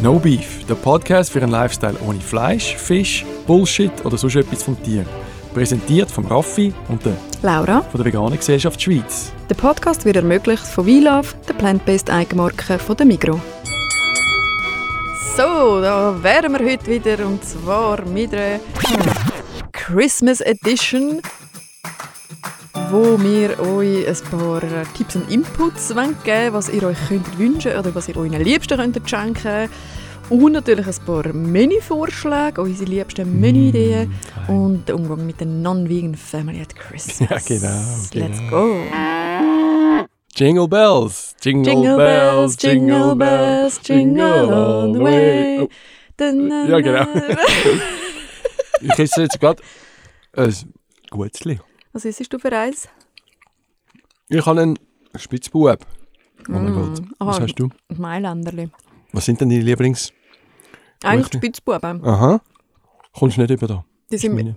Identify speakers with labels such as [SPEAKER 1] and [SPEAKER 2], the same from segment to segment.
[SPEAKER 1] No Beef, der Podcast für einen Lifestyle ohne Fleisch, Fisch, Bullshit oder sonst etwas vom Tier. Präsentiert vom Raffi und der
[SPEAKER 2] Laura.
[SPEAKER 1] von der Veganen Gesellschaft Schweiz.
[SPEAKER 2] Der Podcast wird ermöglicht von WeLove, der Plant-Based Eigenmarke von der Migro. So, da wären wir heute wieder und zwar mit einer Christmas Edition, wo wir euch ein paar Tipps und Inputs wollen geben was ihr euch könnt wünschen oder was ihr euren Liebsten könntet schenken und natürlich ein paar Menüvorschläge, unsere liebsten
[SPEAKER 1] Mm.
[SPEAKER 2] Menüideen und der Umgang mit der Non-Vegan Family at Christmas.
[SPEAKER 1] Ja, genau,
[SPEAKER 2] Let's
[SPEAKER 1] genau.
[SPEAKER 2] go.
[SPEAKER 1] Jingle Bells, Jingle,
[SPEAKER 2] Jingle bells, jingle bells, jingle all the way. Oh.
[SPEAKER 1] Oh, Ja, genau. Ich esse jetzt gerade ein Gutzli.
[SPEAKER 2] Was isst du für eins?
[SPEAKER 1] Ich habe einen Spitzbub. Oh mein Gott. Was
[SPEAKER 2] Mm, Aha.
[SPEAKER 1] hast du?
[SPEAKER 2] Mailänderli.
[SPEAKER 1] Was sind denn deine Lieblings...
[SPEAKER 2] Eigentlich
[SPEAKER 1] Wirklich?
[SPEAKER 2] Spitzbuben.
[SPEAKER 1] Aha. Kommst nicht über da.
[SPEAKER 2] Die sind
[SPEAKER 1] Meine.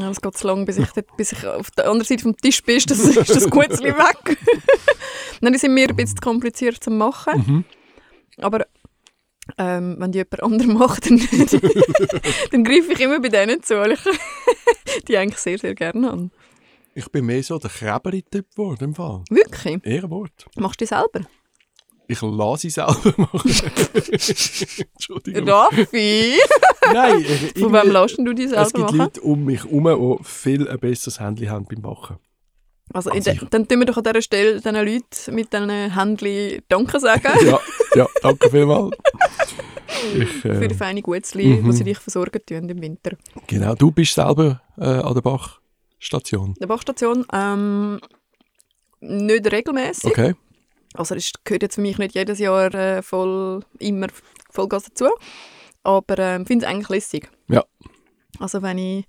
[SPEAKER 2] Ja, es geht zu lang, bis ich, dort, bis ich auf der anderen Seite vom Tisch bin, ist das, ist das Gutzli weg. Nein, die sind mir ein bisschen zu kompliziert zu machen.
[SPEAKER 1] Mhm.
[SPEAKER 2] Aber ähm, wenn die jemand anderes macht, dann, dann greife ich immer bei denen zu, weil ich die eigentlich sehr, sehr gerne habe.
[SPEAKER 1] Ich bin mehr so der Kreberi-Typ geworden im Fall.
[SPEAKER 2] Wirklich?
[SPEAKER 1] Ehrenwort.
[SPEAKER 2] Machst du die selber?
[SPEAKER 1] Ich lasse sie selber machen. Entschuldigung.
[SPEAKER 2] Raffi!
[SPEAKER 1] Nein, ich,
[SPEAKER 2] Von
[SPEAKER 1] irgendwie-
[SPEAKER 2] wem lässt denn du die
[SPEAKER 1] Es
[SPEAKER 2] selber
[SPEAKER 1] gibt
[SPEAKER 2] machen?
[SPEAKER 1] Leute um mich herum, die viel ein besseres Händchen haben beim Machen.
[SPEAKER 2] Also, in
[SPEAKER 1] Ganz
[SPEAKER 2] de,
[SPEAKER 1] sicher.
[SPEAKER 2] dann tun wir doch an dieser Stelle diesen Leuten mit diesen Händchen Danke sagen
[SPEAKER 1] Ja, ja danke vielmals. Ich,
[SPEAKER 2] für
[SPEAKER 1] äh,
[SPEAKER 2] die feine Gutzli,
[SPEAKER 1] Mhm.
[SPEAKER 2] die sie dich versorgen tun im Winter.
[SPEAKER 1] genau, du bist selber äh, an der Bachstation.
[SPEAKER 2] Der Bachstation, ähm, nicht regelmäßig.
[SPEAKER 1] Okay.
[SPEAKER 2] Also, es gehört jetzt für mich nicht jedes Jahr äh, voll, immer Vollgas dazu. Aber ich ähm, finde es eigentlich lässig.
[SPEAKER 1] Ja.
[SPEAKER 2] Also, wenn ich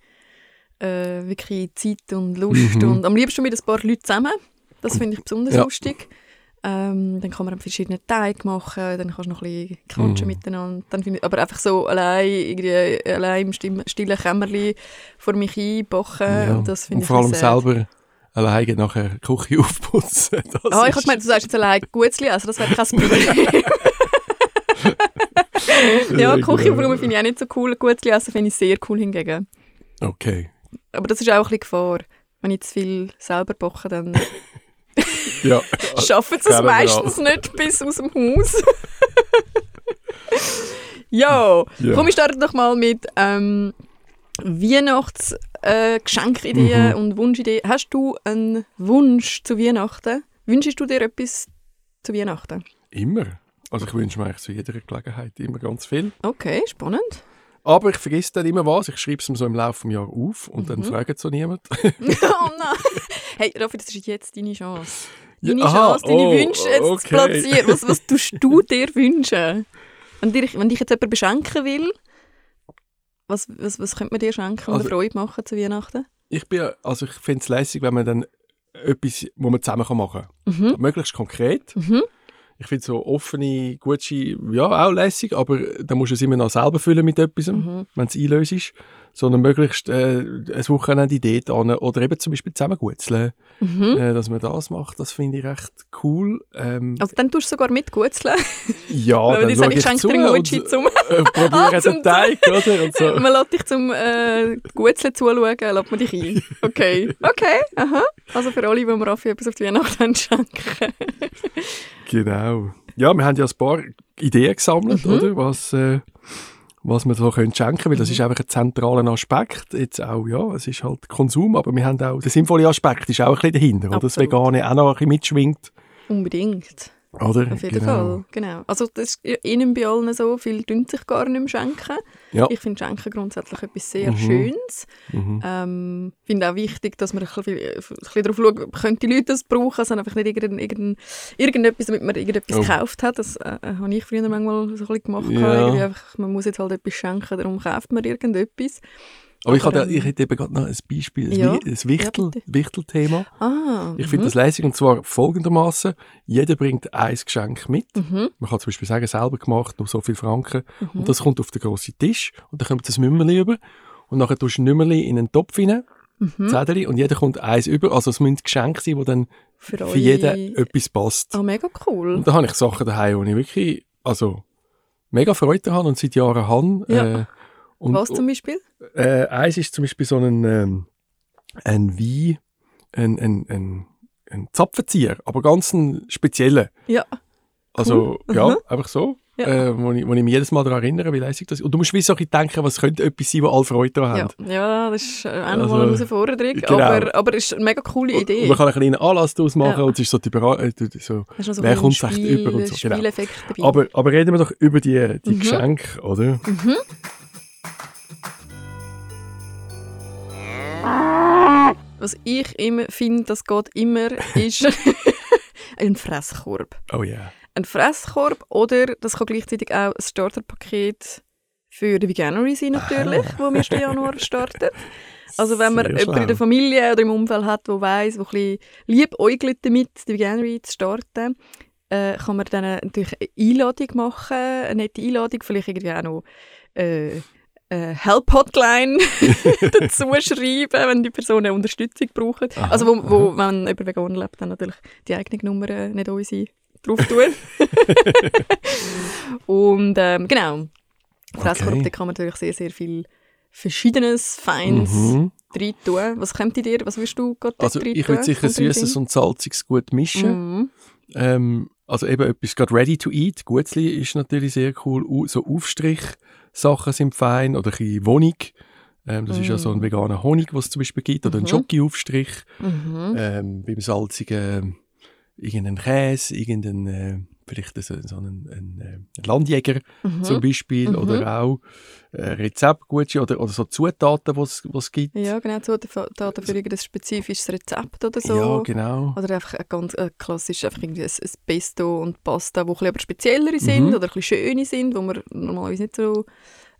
[SPEAKER 2] äh, wirklich Zeit und Lust
[SPEAKER 1] Mhm.
[SPEAKER 2] und am liebsten mit ein paar Leuten zusammen, das finde ich besonders
[SPEAKER 1] Ja.
[SPEAKER 2] lustig. Ähm, dann kann man verschiedene Teig machen, dann kannst du noch ein bisschen quatschen
[SPEAKER 1] Mhm.
[SPEAKER 2] miteinander. Dann find ich, aber einfach so allein, irgendwie, allein im stimm- stillen Kämmerchen vor mich einbachen,
[SPEAKER 1] ja.
[SPEAKER 2] Äh, das finde
[SPEAKER 1] Und
[SPEAKER 2] ich
[SPEAKER 1] vor allem
[SPEAKER 2] ein bisschen sad.
[SPEAKER 1] selber alleine nachher die Küche aufputzen. Das
[SPEAKER 2] Ah, ich
[SPEAKER 1] ist-
[SPEAKER 2] habe gemeint, du sagst jetzt allein Gutzli, also das wäre kein Problem. ja, Küchenblumen finde ich auch nicht so cool. Gutzli essen finde ich sehr cool hingegen.
[SPEAKER 1] Okay.
[SPEAKER 2] Aber das ist auch ein bisschen Gefahr. Wenn ich zu viel selber bocke, dann
[SPEAKER 1] Ja.
[SPEAKER 2] schaffen sie es
[SPEAKER 1] Kennen wir
[SPEAKER 2] meistens nicht bis aus dem Haus. ja,
[SPEAKER 1] Ja.
[SPEAKER 2] komm, ich starte doch mal mit ähm, Weihnachtsgeschenkideen äh, Geschenkideen
[SPEAKER 1] Mhm.
[SPEAKER 2] und Wunschideen. Hast du einen Wunsch zu Weihnachten? Wünschst du dir etwas zu Weihnachten?
[SPEAKER 1] Immer. Also ich wünsche mir eigentlich zu jeder Gelegenheit immer ganz viel.
[SPEAKER 2] Okay, spannend.
[SPEAKER 1] Aber ich vergesse dann immer was. Ich schreibe es mir so im Laufe des Jahres auf und dann
[SPEAKER 2] Mhm.
[SPEAKER 1] fragt es so niemand.
[SPEAKER 2] oh nein. Hey, Raffi, das ist jetzt deine Chance. Deine
[SPEAKER 1] Ja, aha,
[SPEAKER 2] Chance, deine
[SPEAKER 1] oh,
[SPEAKER 2] Wünsche jetzt zu
[SPEAKER 1] okay.
[SPEAKER 2] platzieren. Was, was tust du dir wünschen? Wenn, dir, wenn dich jetzt jemand beschenken will, was, was, was könnte man dir schenken und
[SPEAKER 1] Also-
[SPEAKER 2] eine Freude machen zu Weihnachten?
[SPEAKER 1] Ich bin, also ich finde es lässig, wenn man dann etwas, wo man zusammen kann machen kann.
[SPEAKER 2] Mhm.
[SPEAKER 1] Möglichst konkret.
[SPEAKER 2] Mhm.
[SPEAKER 1] Ich finde so offene Gucci, ja, auch lässig, aber dann musst du es immer noch selber füllen mit etwas,
[SPEAKER 2] Mhm.
[SPEAKER 1] wenn es einlöst ist. Sondern möglichst äh, ein Wochenende Idee dran oder eben zum Beispiel zusammen gutzeln,
[SPEAKER 2] Mhm.
[SPEAKER 1] äh, dass man das macht. Das finde ich recht cool. Ähm,
[SPEAKER 2] Also dann tust du sogar mitgutzeln.
[SPEAKER 1] ja,
[SPEAKER 2] Wenn
[SPEAKER 1] Ah, dann schaue
[SPEAKER 2] ich sage, ich
[SPEAKER 1] ich
[SPEAKER 2] schenke
[SPEAKER 1] zu
[SPEAKER 2] dir einen
[SPEAKER 1] und
[SPEAKER 2] Gutschi
[SPEAKER 1] äh,
[SPEAKER 2] zum... Ah,
[SPEAKER 1] probiere
[SPEAKER 2] zum
[SPEAKER 1] den Teig, oder? Und so.
[SPEAKER 2] Man lässt dich zum äh, Gutzeln zuschauen, lässt man dich ein. Okay, okay, aha. Also für alle, die mir Raffi etwas auf die Weihnachten schenken.
[SPEAKER 1] Genau. Ja, wir haben ja ein paar Ideen gesammelt,
[SPEAKER 2] Mhm.
[SPEAKER 1] oder? Was, äh, was wir so können schenken können, weil das ist einfach ein zentraler Aspekt. Jetzt auch, ja, es ist halt Konsum, aber wir haben auch, der sinnvolle Aspekt ist auch ein bisschen dahinter, oder? Das
[SPEAKER 2] Absolut.
[SPEAKER 1] Vegane auch noch ein bisschen mitschwingt,
[SPEAKER 2] Unbedingt.
[SPEAKER 1] oder?
[SPEAKER 2] Auf jeden Fall, genau. Also das ist innen bei allen so, viel tun sich gar nicht mehr schenken.
[SPEAKER 1] Ja.
[SPEAKER 2] Ich finde Schenken grundsätzlich etwas sehr
[SPEAKER 1] Mhm.
[SPEAKER 2] Schönes.
[SPEAKER 1] Mhm.
[SPEAKER 2] Ähm, finde auch wichtig, dass man ein bisschen, äh, ein bisschen darauf schaut, können die Leute das brauchen, sondern einfach nicht irgendein, irgendein, irgendetwas, damit man irgendetwas
[SPEAKER 1] Oh.
[SPEAKER 2] gekauft hat. Das äh, äh, habe ich früher manchmal so ein bisschen gemacht.
[SPEAKER 1] Ja.
[SPEAKER 2] Irgendwie Einfach, man muss jetzt halt etwas schenken, darum kauft man irgendetwas.
[SPEAKER 1] Aber ich,
[SPEAKER 2] Aber,
[SPEAKER 1] hatte,
[SPEAKER 2] ähm,
[SPEAKER 1] ich hätte eben gerade noch ein Beispiel, ein,
[SPEAKER 2] ja.
[SPEAKER 1] Wi- ein Wichtel,
[SPEAKER 2] Ja, bitte.
[SPEAKER 1] Wichtelthema.
[SPEAKER 2] Ah,
[SPEAKER 1] Ich finde das lässig und zwar folgendermaßen: Jeder bringt ein Geschenk mit.
[SPEAKER 2] mhm.
[SPEAKER 1] Man kann zum Beispiel sagen, selber gemacht, nur so viel Franken.
[SPEAKER 2] Mhm.
[SPEAKER 1] Und das kommt auf den grossen Tisch. Und dann kommt das Mümmerli über. Und nachher tust du Mümmerli in einen Topf rein,
[SPEAKER 2] Mhm.
[SPEAKER 1] Zettel, und jeder kommt eins über. Also es müssen Geschenke sein, die dann für
[SPEAKER 2] eure-
[SPEAKER 1] jeden etwas passt.
[SPEAKER 2] Ah, mega cool.
[SPEAKER 1] Und da habe ich Sachen daheim, die ich wirklich also mega Freude daran und seit Jahren habe.
[SPEAKER 2] Ja.
[SPEAKER 1] Äh, und,
[SPEAKER 2] Was zum Beispiel?
[SPEAKER 1] Äh, eins ist zum Beispiel so ein, ähm, ein Wein, ein, ein, ein, ein Zapfenzieher, aber ganz ein spezieller.
[SPEAKER 2] Ja.
[SPEAKER 1] Also, ja, einfach so.
[SPEAKER 2] Mhm. Ja.
[SPEAKER 1] Äh, wo, ich, wo ich mich jedes Mal daran erinnere, wie leisig das ist. Und du musst wie so ein bisschen denken, was könnte etwas sein, wo alle Freude daran
[SPEAKER 2] Ja.
[SPEAKER 1] haben.
[SPEAKER 2] ja, das ist äh, auch
[SPEAKER 1] Also,
[SPEAKER 2] nochmal eine Herausforderung,
[SPEAKER 1] genau.
[SPEAKER 2] aber, aber es ist eine mega coole
[SPEAKER 1] Und-
[SPEAKER 2] Idee.
[SPEAKER 1] Und man kann einen kleinen Anlass daraus machen
[SPEAKER 2] Ja.
[SPEAKER 1] und es ist so die Überra- äh, die- so.
[SPEAKER 2] Hast du noch so
[SPEAKER 1] wer
[SPEAKER 2] ein
[SPEAKER 1] kommt's echt
[SPEAKER 2] Spiel-
[SPEAKER 1] über und so, genau.
[SPEAKER 2] Spieleffekt dabei.
[SPEAKER 1] Aber, aber reden wir doch über die, die
[SPEAKER 2] Mhm.
[SPEAKER 1] Geschenke, oder?
[SPEAKER 2] Was ich immer finde, das geht immer, ist ein Fresskorb.
[SPEAKER 1] Oh yeah.
[SPEAKER 2] Ein Fresskorb oder das kann gleichzeitig auch ein Starterpaket für die Veganery sein natürlich, wo wir 1. Januar startet. Also wenn man
[SPEAKER 1] Sehr
[SPEAKER 2] jemanden in der
[SPEAKER 1] schlau.
[SPEAKER 2] Familie oder im Umfeld hat, der weiss, der ein bisschen liebäugelt damit, die Veganery zu starten, äh, kann man dann natürlich eine Einladung machen, eine nette Einladung, vielleicht irgendwie auch noch äh, eine Help-Hotline dazu schreiben, wenn die Person eine Unterstützung braucht.
[SPEAKER 1] Aha,
[SPEAKER 2] also wo, wo, wenn jemand vegan lebt, dann natürlich die eigene Nummer, äh, nicht unsere, drauf tun. Und ähm, genau, Fresskorb,
[SPEAKER 1] Okay.
[SPEAKER 2] da kann man natürlich sehr, sehr viel Verschiedenes, Feins
[SPEAKER 1] Mhm.
[SPEAKER 2] rein tun. Was kommt in dir? Was würdest du gerade
[SPEAKER 1] Also
[SPEAKER 2] dort
[SPEAKER 1] ich
[SPEAKER 2] rein
[SPEAKER 1] würde
[SPEAKER 2] tun?
[SPEAKER 1] sicher
[SPEAKER 2] Kommt dir in den
[SPEAKER 1] Süßes und Salziges gut mischen.
[SPEAKER 2] Sinn? Mhm.
[SPEAKER 1] Ähm, also eben etwas gerade ready to eat. Gutzli ist natürlich sehr cool. Au- So Aufstrich-Sachen sind fein oder ein bisschen Wonig. Ähm, das ist ja
[SPEAKER 2] Mm.
[SPEAKER 1] so ein veganer Honig, was es zum Beispiel gibt. Oder ein Schoki-Aufstrich.
[SPEAKER 2] Mhm. ähm,
[SPEAKER 1] Ähm, beim salzigen äh, irgendein Käse, irgendein äh, vielleicht so, so einen, einen, äh, einen Landjäger
[SPEAKER 2] Mhm.
[SPEAKER 1] zum Beispiel.
[SPEAKER 2] Mhm.
[SPEAKER 1] Oder auch äh, Rezeptgutschein oder, oder so Zutaten, was es gibt.
[SPEAKER 2] Ja, genau, Zutaten für irgendein spezifisches Rezept oder so.
[SPEAKER 1] ja genau.
[SPEAKER 2] Oder einfach ein ganz äh, klassisch, einfach irgendwie ein, ein Pesto und Pasta, die ein bisschen aber
[SPEAKER 1] Mhm.
[SPEAKER 2] speziellere sind oder ein bisschen schöne sind, wo man normalerweise nicht so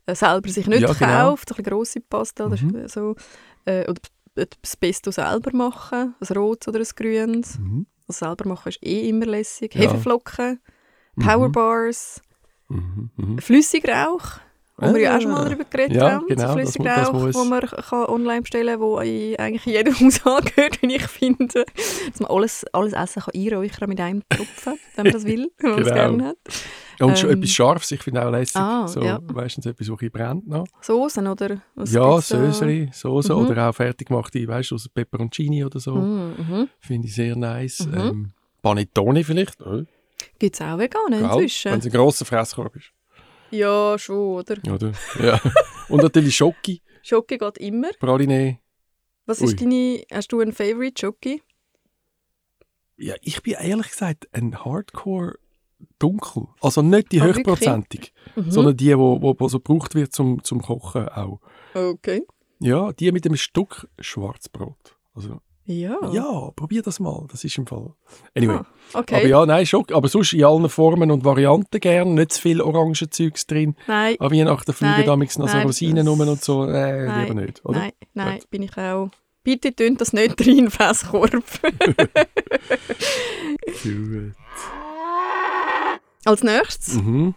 [SPEAKER 2] äh, selber sich nicht
[SPEAKER 1] Ja,
[SPEAKER 2] kauft.
[SPEAKER 1] genau.
[SPEAKER 2] So ein bisschen grosse Pasta oder
[SPEAKER 1] Mhm.
[SPEAKER 2] so. Äh, oder das Pesto selber machen, ein rotes oder ein grünes.
[SPEAKER 1] Mhm.
[SPEAKER 2] Das selber machen ist eh immer lässig.
[SPEAKER 1] Ja.
[SPEAKER 2] Hefeflocken, Powerbars,
[SPEAKER 1] Mhm. Mhm.
[SPEAKER 2] Flüssigrauch, wo wir ja auch schon
[SPEAKER 1] Ah.
[SPEAKER 2] mal darüber geredet
[SPEAKER 1] Ja,
[SPEAKER 2] haben.
[SPEAKER 1] genau, das
[SPEAKER 2] so
[SPEAKER 1] mu- das
[SPEAKER 2] Flüssigrauch,
[SPEAKER 1] muss-
[SPEAKER 2] wo man kann online bestellen kann, wo in eigentlich in jedem Haushalt gehört, wie ich finde. Dass man alles, alles Essen kann einräuchern mit einem Tropfen, wenn man das will, wenn man es
[SPEAKER 1] Genau.
[SPEAKER 2] gerne hat.
[SPEAKER 1] Ja, und schon
[SPEAKER 2] Ähm,
[SPEAKER 1] etwas Scharfes, ich finde auch lässig.
[SPEAKER 2] ah,
[SPEAKER 1] so,
[SPEAKER 2] ja.
[SPEAKER 1] Meistens etwas, was ein bisschen brennt noch.
[SPEAKER 2] Soßen oder? Was
[SPEAKER 1] ja,
[SPEAKER 2] gibt's da?
[SPEAKER 1] Söseli, Soße
[SPEAKER 2] Mhm.
[SPEAKER 1] oder auch fertig gemachte, weißt du, aus Peperoncini oder so.
[SPEAKER 2] Mm, Mhm.
[SPEAKER 1] Finde ich sehr nice.
[SPEAKER 2] Mhm.
[SPEAKER 1] Ähm, Panettone vielleicht, äh,
[SPEAKER 2] Gibt es auch vegan
[SPEAKER 1] wenn es
[SPEAKER 2] inzwischen?
[SPEAKER 1] ein grosser Fresskorb ist.
[SPEAKER 2] Ja, schon, oder?
[SPEAKER 1] Oder? Ja. und natürlich Schoki,
[SPEAKER 2] Schoki geht immer.
[SPEAKER 1] Praline.
[SPEAKER 2] Was
[SPEAKER 1] Ui.
[SPEAKER 2] ist deine, hast du einen Favorite Schoki?
[SPEAKER 1] Ja, ich bin ehrlich gesagt ein Hardcore dunkel. Also nicht die
[SPEAKER 2] Ah, wirklich?
[SPEAKER 1] hochprozentig,
[SPEAKER 2] Mhm.
[SPEAKER 1] sondern die, die wo, wo, wo so gebraucht wird zum, zum Kochen auch.
[SPEAKER 2] Okay.
[SPEAKER 1] Ja, die mit einem Stück Schwarzbrot. Also
[SPEAKER 2] Ja.
[SPEAKER 1] Ja, probier das mal. Das ist im Fall. Anyway.
[SPEAKER 2] Ah, okay.
[SPEAKER 1] Aber ja, nein, schon. Aber sonst in allen Formen und Varianten gern. Nicht zu viel Orangenzeugs drin.
[SPEAKER 2] Nein,
[SPEAKER 1] An Weihnachten fliegen
[SPEAKER 2] Nein,
[SPEAKER 1] damals noch so
[SPEAKER 2] nein,
[SPEAKER 1] Rosinen
[SPEAKER 2] das-
[SPEAKER 1] rum und so. Äh,
[SPEAKER 2] Nein,
[SPEAKER 1] lieber nicht, oder?
[SPEAKER 2] nein, nein, bin ich auch. Bitte tönt das nicht rein, Fässkorb.
[SPEAKER 1] Gut.
[SPEAKER 2] Als nächstes
[SPEAKER 1] Mhm.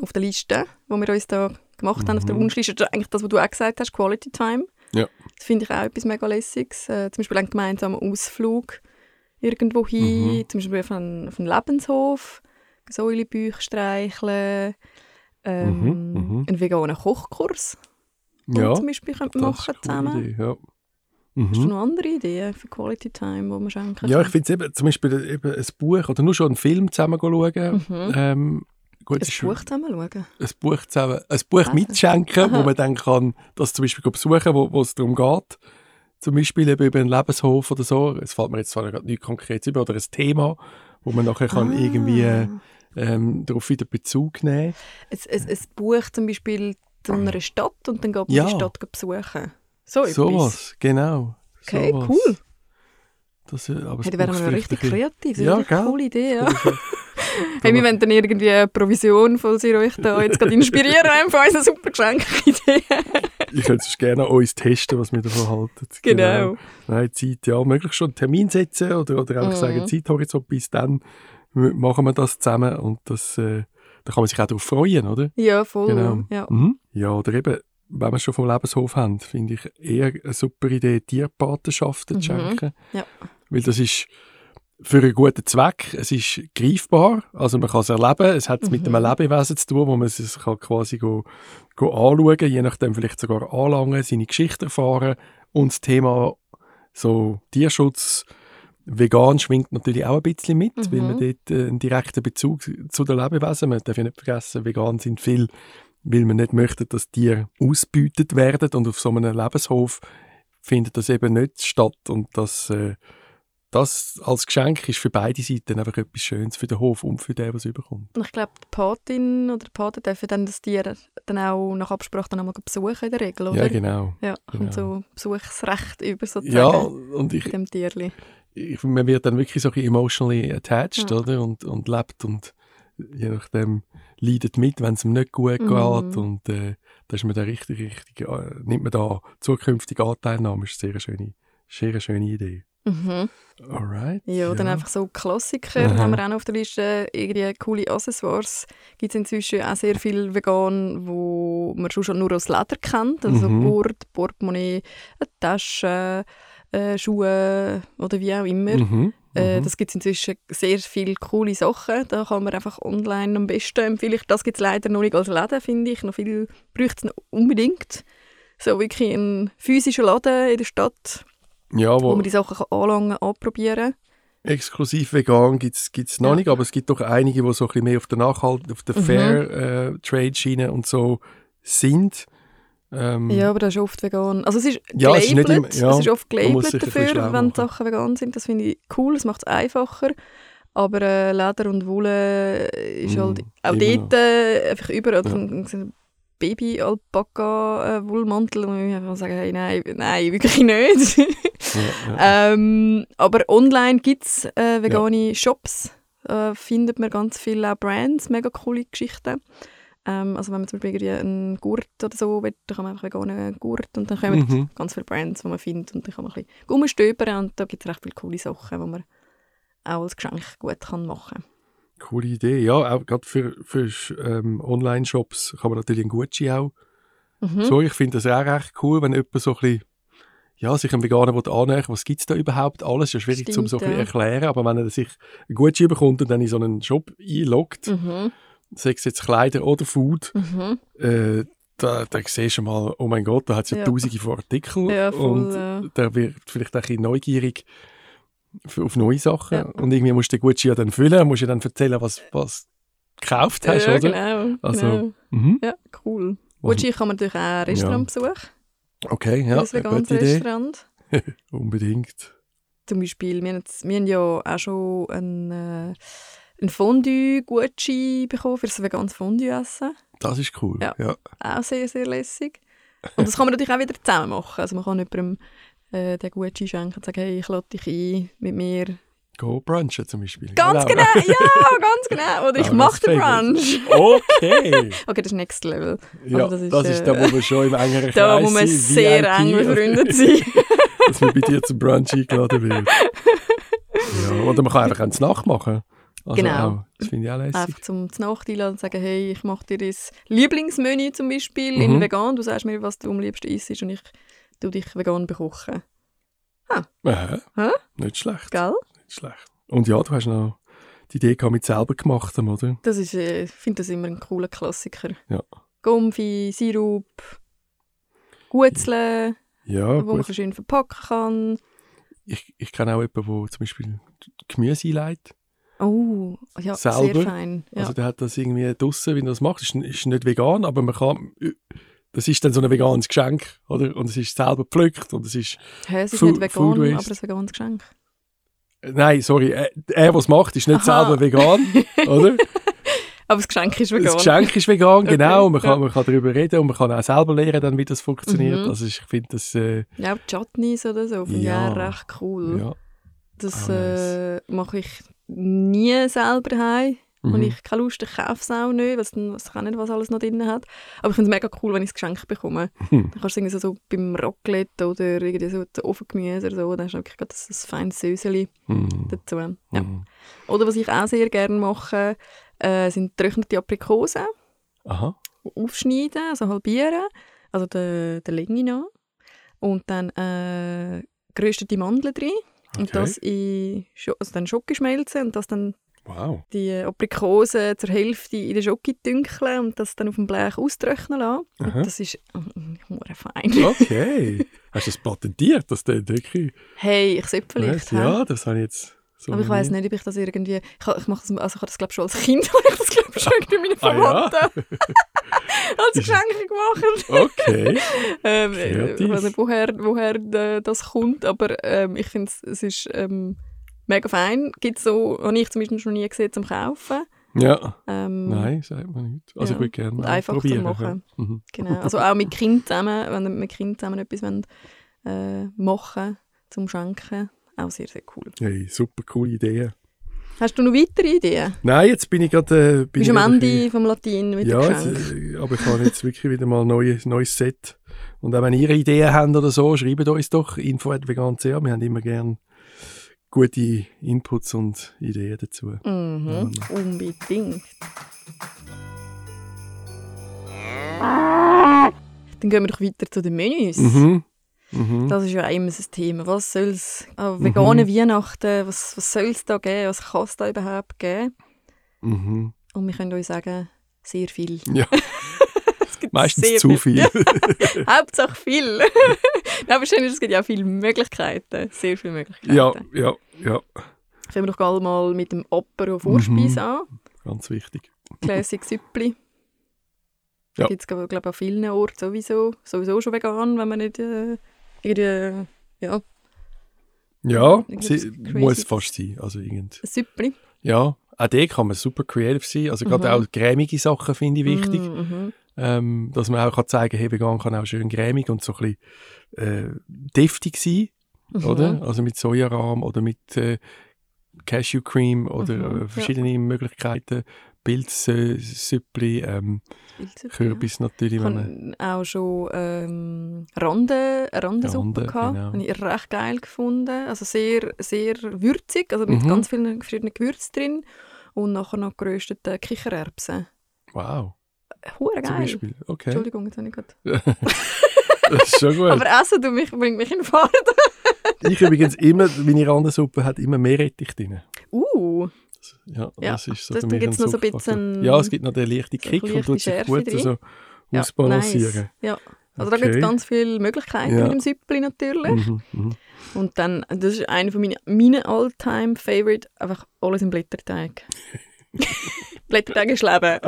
[SPEAKER 2] auf der Liste, wo wir uns da gemacht haben, auf der
[SPEAKER 1] Mhm.
[SPEAKER 2] Wunschliste, ist eigentlich das, was du auch gesagt hast, Quality Time.
[SPEAKER 1] Ja.
[SPEAKER 2] Das finde ich auch etwas mega lässiges. Äh, zum Beispiel einen gemeinsamen Ausflug irgendwo hin,
[SPEAKER 1] Mhm.
[SPEAKER 2] zum Beispiel auf einen, auf einen Lebenshof, Säulebüch streicheln, ähm,
[SPEAKER 1] Mhm, mhm.
[SPEAKER 2] einen veganen Kochkurs
[SPEAKER 1] Ja,
[SPEAKER 2] zum Beispiel könnte man
[SPEAKER 1] das ist
[SPEAKER 2] machen
[SPEAKER 1] eine coole
[SPEAKER 2] zusammen.
[SPEAKER 1] Idee, ja.
[SPEAKER 2] Hast du
[SPEAKER 1] Mhm.
[SPEAKER 2] noch andere Ideen für Quality Time, die man schenken
[SPEAKER 1] Ja, ich
[SPEAKER 2] kann?
[SPEAKER 1] finde es eben, zum Beispiel eben ein Buch oder nur schon einen Film zusammen schauen.
[SPEAKER 2] Mhm.
[SPEAKER 1] Ähm, gut, es
[SPEAKER 2] Ein
[SPEAKER 1] ist
[SPEAKER 2] Buch zusammen schauen.
[SPEAKER 1] ein Buch zusammen, ein Buch
[SPEAKER 2] Ah.
[SPEAKER 1] mitschenken,
[SPEAKER 2] Aha.
[SPEAKER 1] wo man dann kann, das zum Beispiel besuchen, wo, wo es darum geht. Zum Beispiel eben über einen Lebenshof oder so. Es fällt mir jetzt zwar gerade nichts Konkretes über, oder ein Thema, wo man nachher kann
[SPEAKER 2] Ah.
[SPEAKER 1] irgendwie äh, ähm, darauf wieder Bezug nehmen
[SPEAKER 2] Ein, ein, ein Buch zum Beispiel zu einer Stadt und dann geht man
[SPEAKER 1] Ah. Ja.
[SPEAKER 2] die Stadt besuchen. So etwas.
[SPEAKER 1] So was, genau.
[SPEAKER 2] Oh, Okay,
[SPEAKER 1] sowas.
[SPEAKER 2] cool.
[SPEAKER 1] Das, äh, aber
[SPEAKER 2] Hey, da
[SPEAKER 1] es
[SPEAKER 2] wären
[SPEAKER 1] braucht
[SPEAKER 2] wir
[SPEAKER 1] vielleicht
[SPEAKER 2] richtig
[SPEAKER 1] ein bisschen-
[SPEAKER 2] kreativ. Das
[SPEAKER 1] Ja,
[SPEAKER 2] ist eine
[SPEAKER 1] gell?
[SPEAKER 2] coole Idee. Ja. Hey, wir wollen dann irgendwie eine Provision, falls ihr euch da jetzt gerade inspirieren wollt, von unseren super Geschenkideen.
[SPEAKER 1] Ich könnte es gerne an uns testen, was wir davon halten.
[SPEAKER 2] Genau.
[SPEAKER 1] Nein, Zeit, ja, möglichst schon einen Termin setzen oder, oder einfach
[SPEAKER 2] Mhm.
[SPEAKER 1] sagen, Zeithorizont, bis dann m- machen wir das zusammen und das, äh, da kann man sich auch darauf freuen, oder?
[SPEAKER 2] Ja, voll.
[SPEAKER 1] Genau.
[SPEAKER 2] Oh, Ja.
[SPEAKER 1] Mhm. Ja, oder eben, wenn wir schon vom Lebenshof haben, finde ich eher eine super Idee, Tierpatenschaften zu
[SPEAKER 2] Mhm.
[SPEAKER 1] schenken.
[SPEAKER 2] Ja.
[SPEAKER 1] Weil das ist, für einen guten Zweck. Es ist greifbar, also man kann es erleben. Es hat mhm. mit einem Lebewesen zu tun, wo man es kann quasi go, go anschauen je nachdem vielleicht sogar anlangen, seine Geschichte erfahren. Und das Thema so Tierschutz, vegan schwingt natürlich auch ein bisschen mit, mhm. weil man dort einen direkten Bezug zu den Lebewesen, man darf ja nicht vergessen, vegan sind viel, weil man nicht möchte, dass Tiere ausbeutet werden und auf so einem Lebenshof findet das eben nicht statt und das äh, das als Geschenk ist für beide Seiten einfach etwas Schönes für den Hof und für den, was überkommt.
[SPEAKER 2] Und ich glaube, die Patin oder die Pate dürfen dann das Tier dann auch nach Absprache dann einmal besuchen in der Regel, oder?
[SPEAKER 1] Ja, genau.
[SPEAKER 2] Ja, genau. und so Besuchsrecht über sozusagen
[SPEAKER 1] ja, und ich,
[SPEAKER 2] dem Tierli.
[SPEAKER 1] Ich, man wird dann wirklich so ein bisschen emotionally attached, ja. oder? Und, und lebt und je nachdem leidet mit, wenn es ihm nicht gut mhm. geht und äh, da ist man da richtig, richtig, äh, nimmt man da zukünftige Anteilnahme, ist eine sehr schöne, sehr schöne Idee.
[SPEAKER 2] Mhm.
[SPEAKER 1] Alright.
[SPEAKER 2] Ja, dann ja. einfach so Klassiker Aha. haben wir auch noch auf der Liste. Irgendwie coole Accessoires. Gibt es inzwischen auch sehr viel vegan, wo man schon nur aus Leder kennt. Also mhm. Gurt, Portemonnaie, eine Tasche, äh, Schuhe oder wie auch immer. Mhm. Äh, das gibt es inzwischen sehr viele coole Sachen. Da kann man einfach online am besten empfehlen. Das gibt es leider noch nicht als Läden, finde ich. Noch viel bräuchte es unbedingt. So wirklich ein physischer Laden in der Stadt
[SPEAKER 1] ja, wo,
[SPEAKER 2] wo man die Sachen kann anlangen kann, anprobieren
[SPEAKER 1] Exklusiv vegan gibt es noch ja. nicht, aber es gibt doch einige, die so ein bisschen mehr auf der Nachhalt, auf der mhm. Fair-Trade-Schiene äh, und so sind.
[SPEAKER 2] Ähm, ja, aber das ist oft vegan. Also es ist ja, gelabelt, es ist, nicht im, ja, es ist oft gelabelt dafür, wenn Sachen vegan sind. Das finde ich cool, das macht es einfacher. Aber äh, Leder und Wolle ist mm, halt auch dort äh, einfach überall. Ja. eh, Baby-Alpaka-Wollmantel. Und ich einfach sagen, hey, nein, nein, wirklich nicht. ja, ja. Ähm, aber online gibt es äh, vegane ja. Shops. Äh, findet man ganz viele Brands, mega coole Geschichten. Ähm, also wenn man zum Beispiel einen Gurt oder so will, dann kann man einfach veganen Gurt und dann kommen mhm. ganz viele Brands, die man findet und dann kann man ein bisschen rumstöbern und da gibt es recht viele coole Sachen, die man auch als Geschenk gut kann machen kann.
[SPEAKER 1] Coole Idee, ja. Auch gerade für, für ähm, Online-Shops kann man natürlich einen Gucci auch. Mhm. So, ich finde das auch recht cool, wenn jemand so ein bisschen, ja, sich einem Veganer annähert, was gibt es da überhaupt alles? dus Das ist schwierig zu so ein bisschen erklären, aber wenn er sich einen Gucci bekommt und dann in so einen Shop einloggt, mhm. sei es jetzt Kleider oder Food, mhm. äh, da, da siehst du mal, oh mein Gott, da hat es ja, eh, ja, tausende von Artikeln
[SPEAKER 2] ja, voll, äh,
[SPEAKER 1] und
[SPEAKER 2] ja.
[SPEAKER 1] der wird vielleicht ein bisschen neugierig auf neue Sachen. Ja. Und irgendwie musst du den Gucci ja dann füllen, musst du dann erzählen, was du gekauft hast,
[SPEAKER 2] ja,
[SPEAKER 1] oder?
[SPEAKER 2] Genau, also, genau. Mhm. Ja, cool. Gucci kann man natürlich auch Restaurant besuchen.
[SPEAKER 1] Ja. Okay, ja.
[SPEAKER 2] Das vegane Restaurant.
[SPEAKER 1] Unbedingt.
[SPEAKER 2] Zum Beispiel, wir haben, jetzt, wir haben ja auch schon ein, äh, ein Fondue-Gucci bekommen für das veganes Fondue-Essen.
[SPEAKER 1] Das ist cool, ja. ja.
[SPEAKER 2] Auch sehr, sehr lässig. Und das kann man natürlich auch wieder zusammen machen. Also man kann jemandem äh, den Gucci schenken und sagen, hey, ich lade dich ein mit mir.
[SPEAKER 1] Go brunchen zum Beispiel.
[SPEAKER 2] Ganz genau, genau ja, ganz genau. Oder ich mache den Brunch.
[SPEAKER 1] Okay.
[SPEAKER 2] okay, das ist Next Level.
[SPEAKER 1] Ja,
[SPEAKER 2] das ist, äh,
[SPEAKER 1] das ist da, wo wir schon im engeren Kreis
[SPEAKER 2] Da muss man
[SPEAKER 1] sind,
[SPEAKER 2] sehr VIP eng befreundet sein.
[SPEAKER 1] äh, dass man bei dir zum Brunch eingeladen wird. Ja, oder man kann einfach eine Nacht machen. Also
[SPEAKER 2] genau.
[SPEAKER 1] Auch, das finde ich auch lässig.
[SPEAKER 2] Einfach zum Nacht einladen und sagen, hey, ich mache dir das Lieblingsmenü zum Beispiel mhm. in vegan. Du sagst mir, was du am liebsten isst und ich du dich vegan bekochen.
[SPEAKER 1] Ha. Aha. Ha? Nicht schlecht.
[SPEAKER 2] Gell?
[SPEAKER 1] Nicht schlecht. Und ja, du hast noch die Idee gehabt, mit selber gemacht, oder?
[SPEAKER 2] Das ist, äh, ich finde das immer ein cooler Klassiker.
[SPEAKER 1] Ja.
[SPEAKER 2] Gumpfi, Sirup, Gutzeln,
[SPEAKER 1] ja,
[SPEAKER 2] wo gut. man schön verpacken kann.
[SPEAKER 1] Ich, ich kenne auch jemanden, der zum Beispiel Gemüse einlegt.
[SPEAKER 2] Oh, ja,
[SPEAKER 1] selber.
[SPEAKER 2] sehr fein. Ja.
[SPEAKER 1] Also der hat das irgendwie draussen, wie er das macht. Ist, ist nicht vegan, aber man kann äh, das ist dann so ein veganes Geschenk, oder? Und es ist selber gepflückt und es ist
[SPEAKER 2] hey, Es ist nicht vegan, aber ein veganes Geschenk.
[SPEAKER 1] Nein, sorry, äh, er, der es macht, ist nicht Aha. selber vegan, oder?
[SPEAKER 2] aber das Geschenk ist vegan.
[SPEAKER 1] Das Geschenk ist vegan, genau. Okay. Man, kann, ja. man kann darüber reden und man kann auch selber lernen, dann, wie das funktioniert. Mhm. Also ich finde das... Äh,
[SPEAKER 2] ja, auch Chutneys oder so finde ja. ich auch recht cool. Ja. Das
[SPEAKER 1] Ah,
[SPEAKER 2] oh, nice. äh, mache ich nie selber heim. Mhm. Und ich keine Lust, ich kaufe es auch nicht, weil ich kann nicht, was alles noch drin hat. Aber ich finde es mega cool, wenn ich es geschenkt bekomme. Mhm. Dann kannst du irgendwie so, so beim Raclette oder irgendwie so Ofengemüse oder so, dann hast du wirklich gerade das, feines Säuseli mhm. dazu. Ja. Mhm. Oder was ich auch sehr gerne mache, äh, sind getrocknete Aprikosen.
[SPEAKER 1] Aha.
[SPEAKER 2] Aufschneiden, also halbieren, also der, der Länge nach. Und dann äh, geröstete Mandeln drin. Und das in Scho also dann Schoki schmelzen und das dann
[SPEAKER 1] Wow.
[SPEAKER 2] die Aprikosen zur Hälfte in den Schoki dünkeln und das dann auf dem Blech austrocknen lassen.
[SPEAKER 1] Aha.
[SPEAKER 2] Und das ist mm, hure fein.
[SPEAKER 1] Okay. Hast du das patentiert, das dann wirklich?
[SPEAKER 2] Hey, ich sollte
[SPEAKER 1] Weiss,
[SPEAKER 2] vielleicht.
[SPEAKER 1] Ja, das habe ich jetzt so
[SPEAKER 2] Aber ich
[SPEAKER 1] noch
[SPEAKER 2] weiß
[SPEAKER 1] nie-
[SPEAKER 2] nicht, ob ich das irgendwie. Ich, ha- ich mache das, also ich habe das glaube schon als Kind, habe ich das glaube schon irgendwie meinen
[SPEAKER 1] Ah, ja?
[SPEAKER 2] Verwandten als Geschenke gemacht.
[SPEAKER 1] Okay.
[SPEAKER 2] Ähm,
[SPEAKER 1] Kreativ.
[SPEAKER 2] ich weiß nicht, woher, woher äh, das kommt, aber ähm, ich finde es ist ähm, mega fein. Gibt's so, habe ich zumindest noch nie gesehen zum Kaufen.
[SPEAKER 1] Ja.
[SPEAKER 2] Ähm,
[SPEAKER 1] Nein, sagt man nicht. Also
[SPEAKER 2] Ja.
[SPEAKER 1] ich würde gerne
[SPEAKER 2] Und
[SPEAKER 1] mal
[SPEAKER 2] einfach zu
[SPEAKER 1] probieren.
[SPEAKER 2] machen.
[SPEAKER 1] ja. Mhm.
[SPEAKER 2] Genau. Also auch mit Kind zusammen, wenn ihr mit Kind zusammen etwas wollt, äh, machen zum Schenken. Auch sehr, sehr cool.
[SPEAKER 1] Hey, super coole Idee.
[SPEAKER 2] Hast du noch weitere Ideen?
[SPEAKER 1] Nein, jetzt bin ich gerade... Äh, bin
[SPEAKER 2] Bist
[SPEAKER 1] ich
[SPEAKER 2] du am
[SPEAKER 1] gerade ein
[SPEAKER 2] Ende vom Latein mit
[SPEAKER 1] Ja,
[SPEAKER 2] dem
[SPEAKER 1] jetzt,
[SPEAKER 2] Geschenk?
[SPEAKER 1] äh, aber ich habe jetzt wirklich wieder mal ein neues, neues Set. Und auch wenn ihr Ideen habt oder so, schreibt uns doch info.vegan.ch. Wir haben immer gern gute Inputs und Ideen dazu.
[SPEAKER 2] Mhm, unbedingt. Dann gehen wir doch weiter zu den Menüs.
[SPEAKER 1] Mhm. Mhm.
[SPEAKER 2] Das ist ja auch immer so ein Thema. Was soll es an veganen Weihnachten, was, was soll es da geben, was kann es da überhaupt geben?
[SPEAKER 1] Mhm.
[SPEAKER 2] Und wir können euch sagen, sehr viel.
[SPEAKER 1] Ja,
[SPEAKER 2] Es gibt
[SPEAKER 1] meistens
[SPEAKER 2] sehr
[SPEAKER 1] zu viel.
[SPEAKER 2] Hauptsache viel. Nein, wahrscheinlich, es gibt ja auch viele Möglichkeiten, sehr viele Möglichkeiten.
[SPEAKER 1] ja, ja, ja.
[SPEAKER 2] Fangen wir doch alle mal mit dem Apero Vorspeis
[SPEAKER 1] Mhm.
[SPEAKER 2] an.
[SPEAKER 1] Ganz wichtig.
[SPEAKER 2] Classic Süppli. Ja.
[SPEAKER 1] Ja.
[SPEAKER 2] Gibt es, glaube ich, an vielen Orten sowieso, sowieso schon vegan, wenn man nicht äh, irgendwie ja,
[SPEAKER 1] Ja,
[SPEAKER 2] Irgendwas
[SPEAKER 1] sie,
[SPEAKER 2] crazy.
[SPEAKER 1] muss fast sein. Also irgend.
[SPEAKER 2] ein Süppli.
[SPEAKER 1] Ja, auch da kann man super creative sein. Also gerade
[SPEAKER 2] Mhm.
[SPEAKER 1] auch cremige Sachen finde ich wichtig.
[SPEAKER 2] Mm, Mhm.
[SPEAKER 1] Ähm, dass man auch kann zeigen kann, hey, vegan kann auch schön cremig und so ein bisschen äh, deftig sein.
[SPEAKER 2] Mhm.
[SPEAKER 1] oder? Also mit Sojarahm oder mit äh, Cashew Cream oder
[SPEAKER 2] Mhm,
[SPEAKER 1] äh, verschiedene Möglichkeiten. Pilzsüppli, ähm,
[SPEAKER 2] Pilzsüppli,
[SPEAKER 1] Kürbis natürlich.
[SPEAKER 2] Ich
[SPEAKER 1] Wenn man,
[SPEAKER 2] habe auch schon ähm, Rande, eine Randensuppe
[SPEAKER 1] Rande,
[SPEAKER 2] gehabt.
[SPEAKER 1] genau.
[SPEAKER 2] Habe ich recht geil gefunden. Also sehr, sehr würzig, also mit
[SPEAKER 1] Mhm.
[SPEAKER 2] ganz vielen verschiedenen Gewürzen drin. Und nachher noch geröstete Kichererbsen.
[SPEAKER 1] wow, zum
[SPEAKER 2] Hure geil.
[SPEAKER 1] Beispiel. Okay,
[SPEAKER 2] Entschuldigung, jetzt habe ich gerade...
[SPEAKER 1] das ist schon gut.
[SPEAKER 2] Aber Essen du mich, bringt mich in Fahrt.
[SPEAKER 1] ich übrigens immer, meine Randensuppe hat immer Meerrettich drin.
[SPEAKER 2] Uh,
[SPEAKER 1] Ja,
[SPEAKER 2] Ja,
[SPEAKER 1] das ist so
[SPEAKER 2] das-
[SPEAKER 1] für mich
[SPEAKER 2] da
[SPEAKER 1] ein
[SPEAKER 2] gibt's noch so ein
[SPEAKER 1] Suchtfaktor.
[SPEAKER 2] bisschen-
[SPEAKER 1] Ja, es gibt noch den leichten
[SPEAKER 2] so
[SPEAKER 1] Kick und
[SPEAKER 2] leichte
[SPEAKER 1] tut sich
[SPEAKER 2] Schärfe
[SPEAKER 1] gut
[SPEAKER 2] drin.
[SPEAKER 1] so
[SPEAKER 2] Ja,
[SPEAKER 1] ausbalancieren.
[SPEAKER 2] nice. Ja. Also da gibt
[SPEAKER 1] Okay.
[SPEAKER 2] es ganz viele Möglichkeiten
[SPEAKER 1] Ja.
[SPEAKER 2] mit dem Süppli natürlich.
[SPEAKER 1] Mhm, mhm.
[SPEAKER 2] Und dann, das ist einer von meinen, meinen All-Time-Favorite, einfach alles im Blätterteig. Blätterteig ist Leben.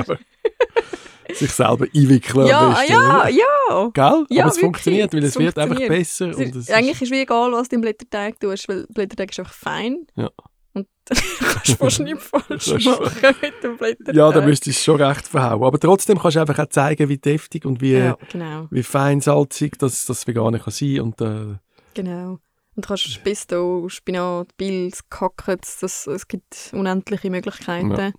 [SPEAKER 1] Sich selber einwickeln am
[SPEAKER 2] ja, ah,
[SPEAKER 1] besten.
[SPEAKER 2] ja,
[SPEAKER 1] oder?
[SPEAKER 2] ja.
[SPEAKER 1] Gell?
[SPEAKER 2] Ja,
[SPEAKER 1] Aber es
[SPEAKER 2] wirklich,
[SPEAKER 1] funktioniert, weil
[SPEAKER 2] es
[SPEAKER 1] es, wird einfach
[SPEAKER 2] funktioniert.
[SPEAKER 1] besser.
[SPEAKER 2] Es
[SPEAKER 1] und es
[SPEAKER 2] ist, eigentlich ist es wie egal, was du im Blätterteig tust, weil Blätterteig ist einfach fein.
[SPEAKER 1] Ja.
[SPEAKER 2] Und du kannst fast nichts falsch
[SPEAKER 1] Kannst du-
[SPEAKER 2] machen mit dem Blätterteig.
[SPEAKER 1] Ja, da müsstest du schon recht verhauen. Aber trotzdem kannst du einfach auch zeigen, wie deftig und wie,
[SPEAKER 2] Ja, genau.
[SPEAKER 1] wie fein salzig das, das Vegane kann sein und äh,
[SPEAKER 2] Genau. Und du kannst Pesto, Spinat, Pilz, Kackets, das, es gibt unendliche Möglichkeiten,
[SPEAKER 1] Ja.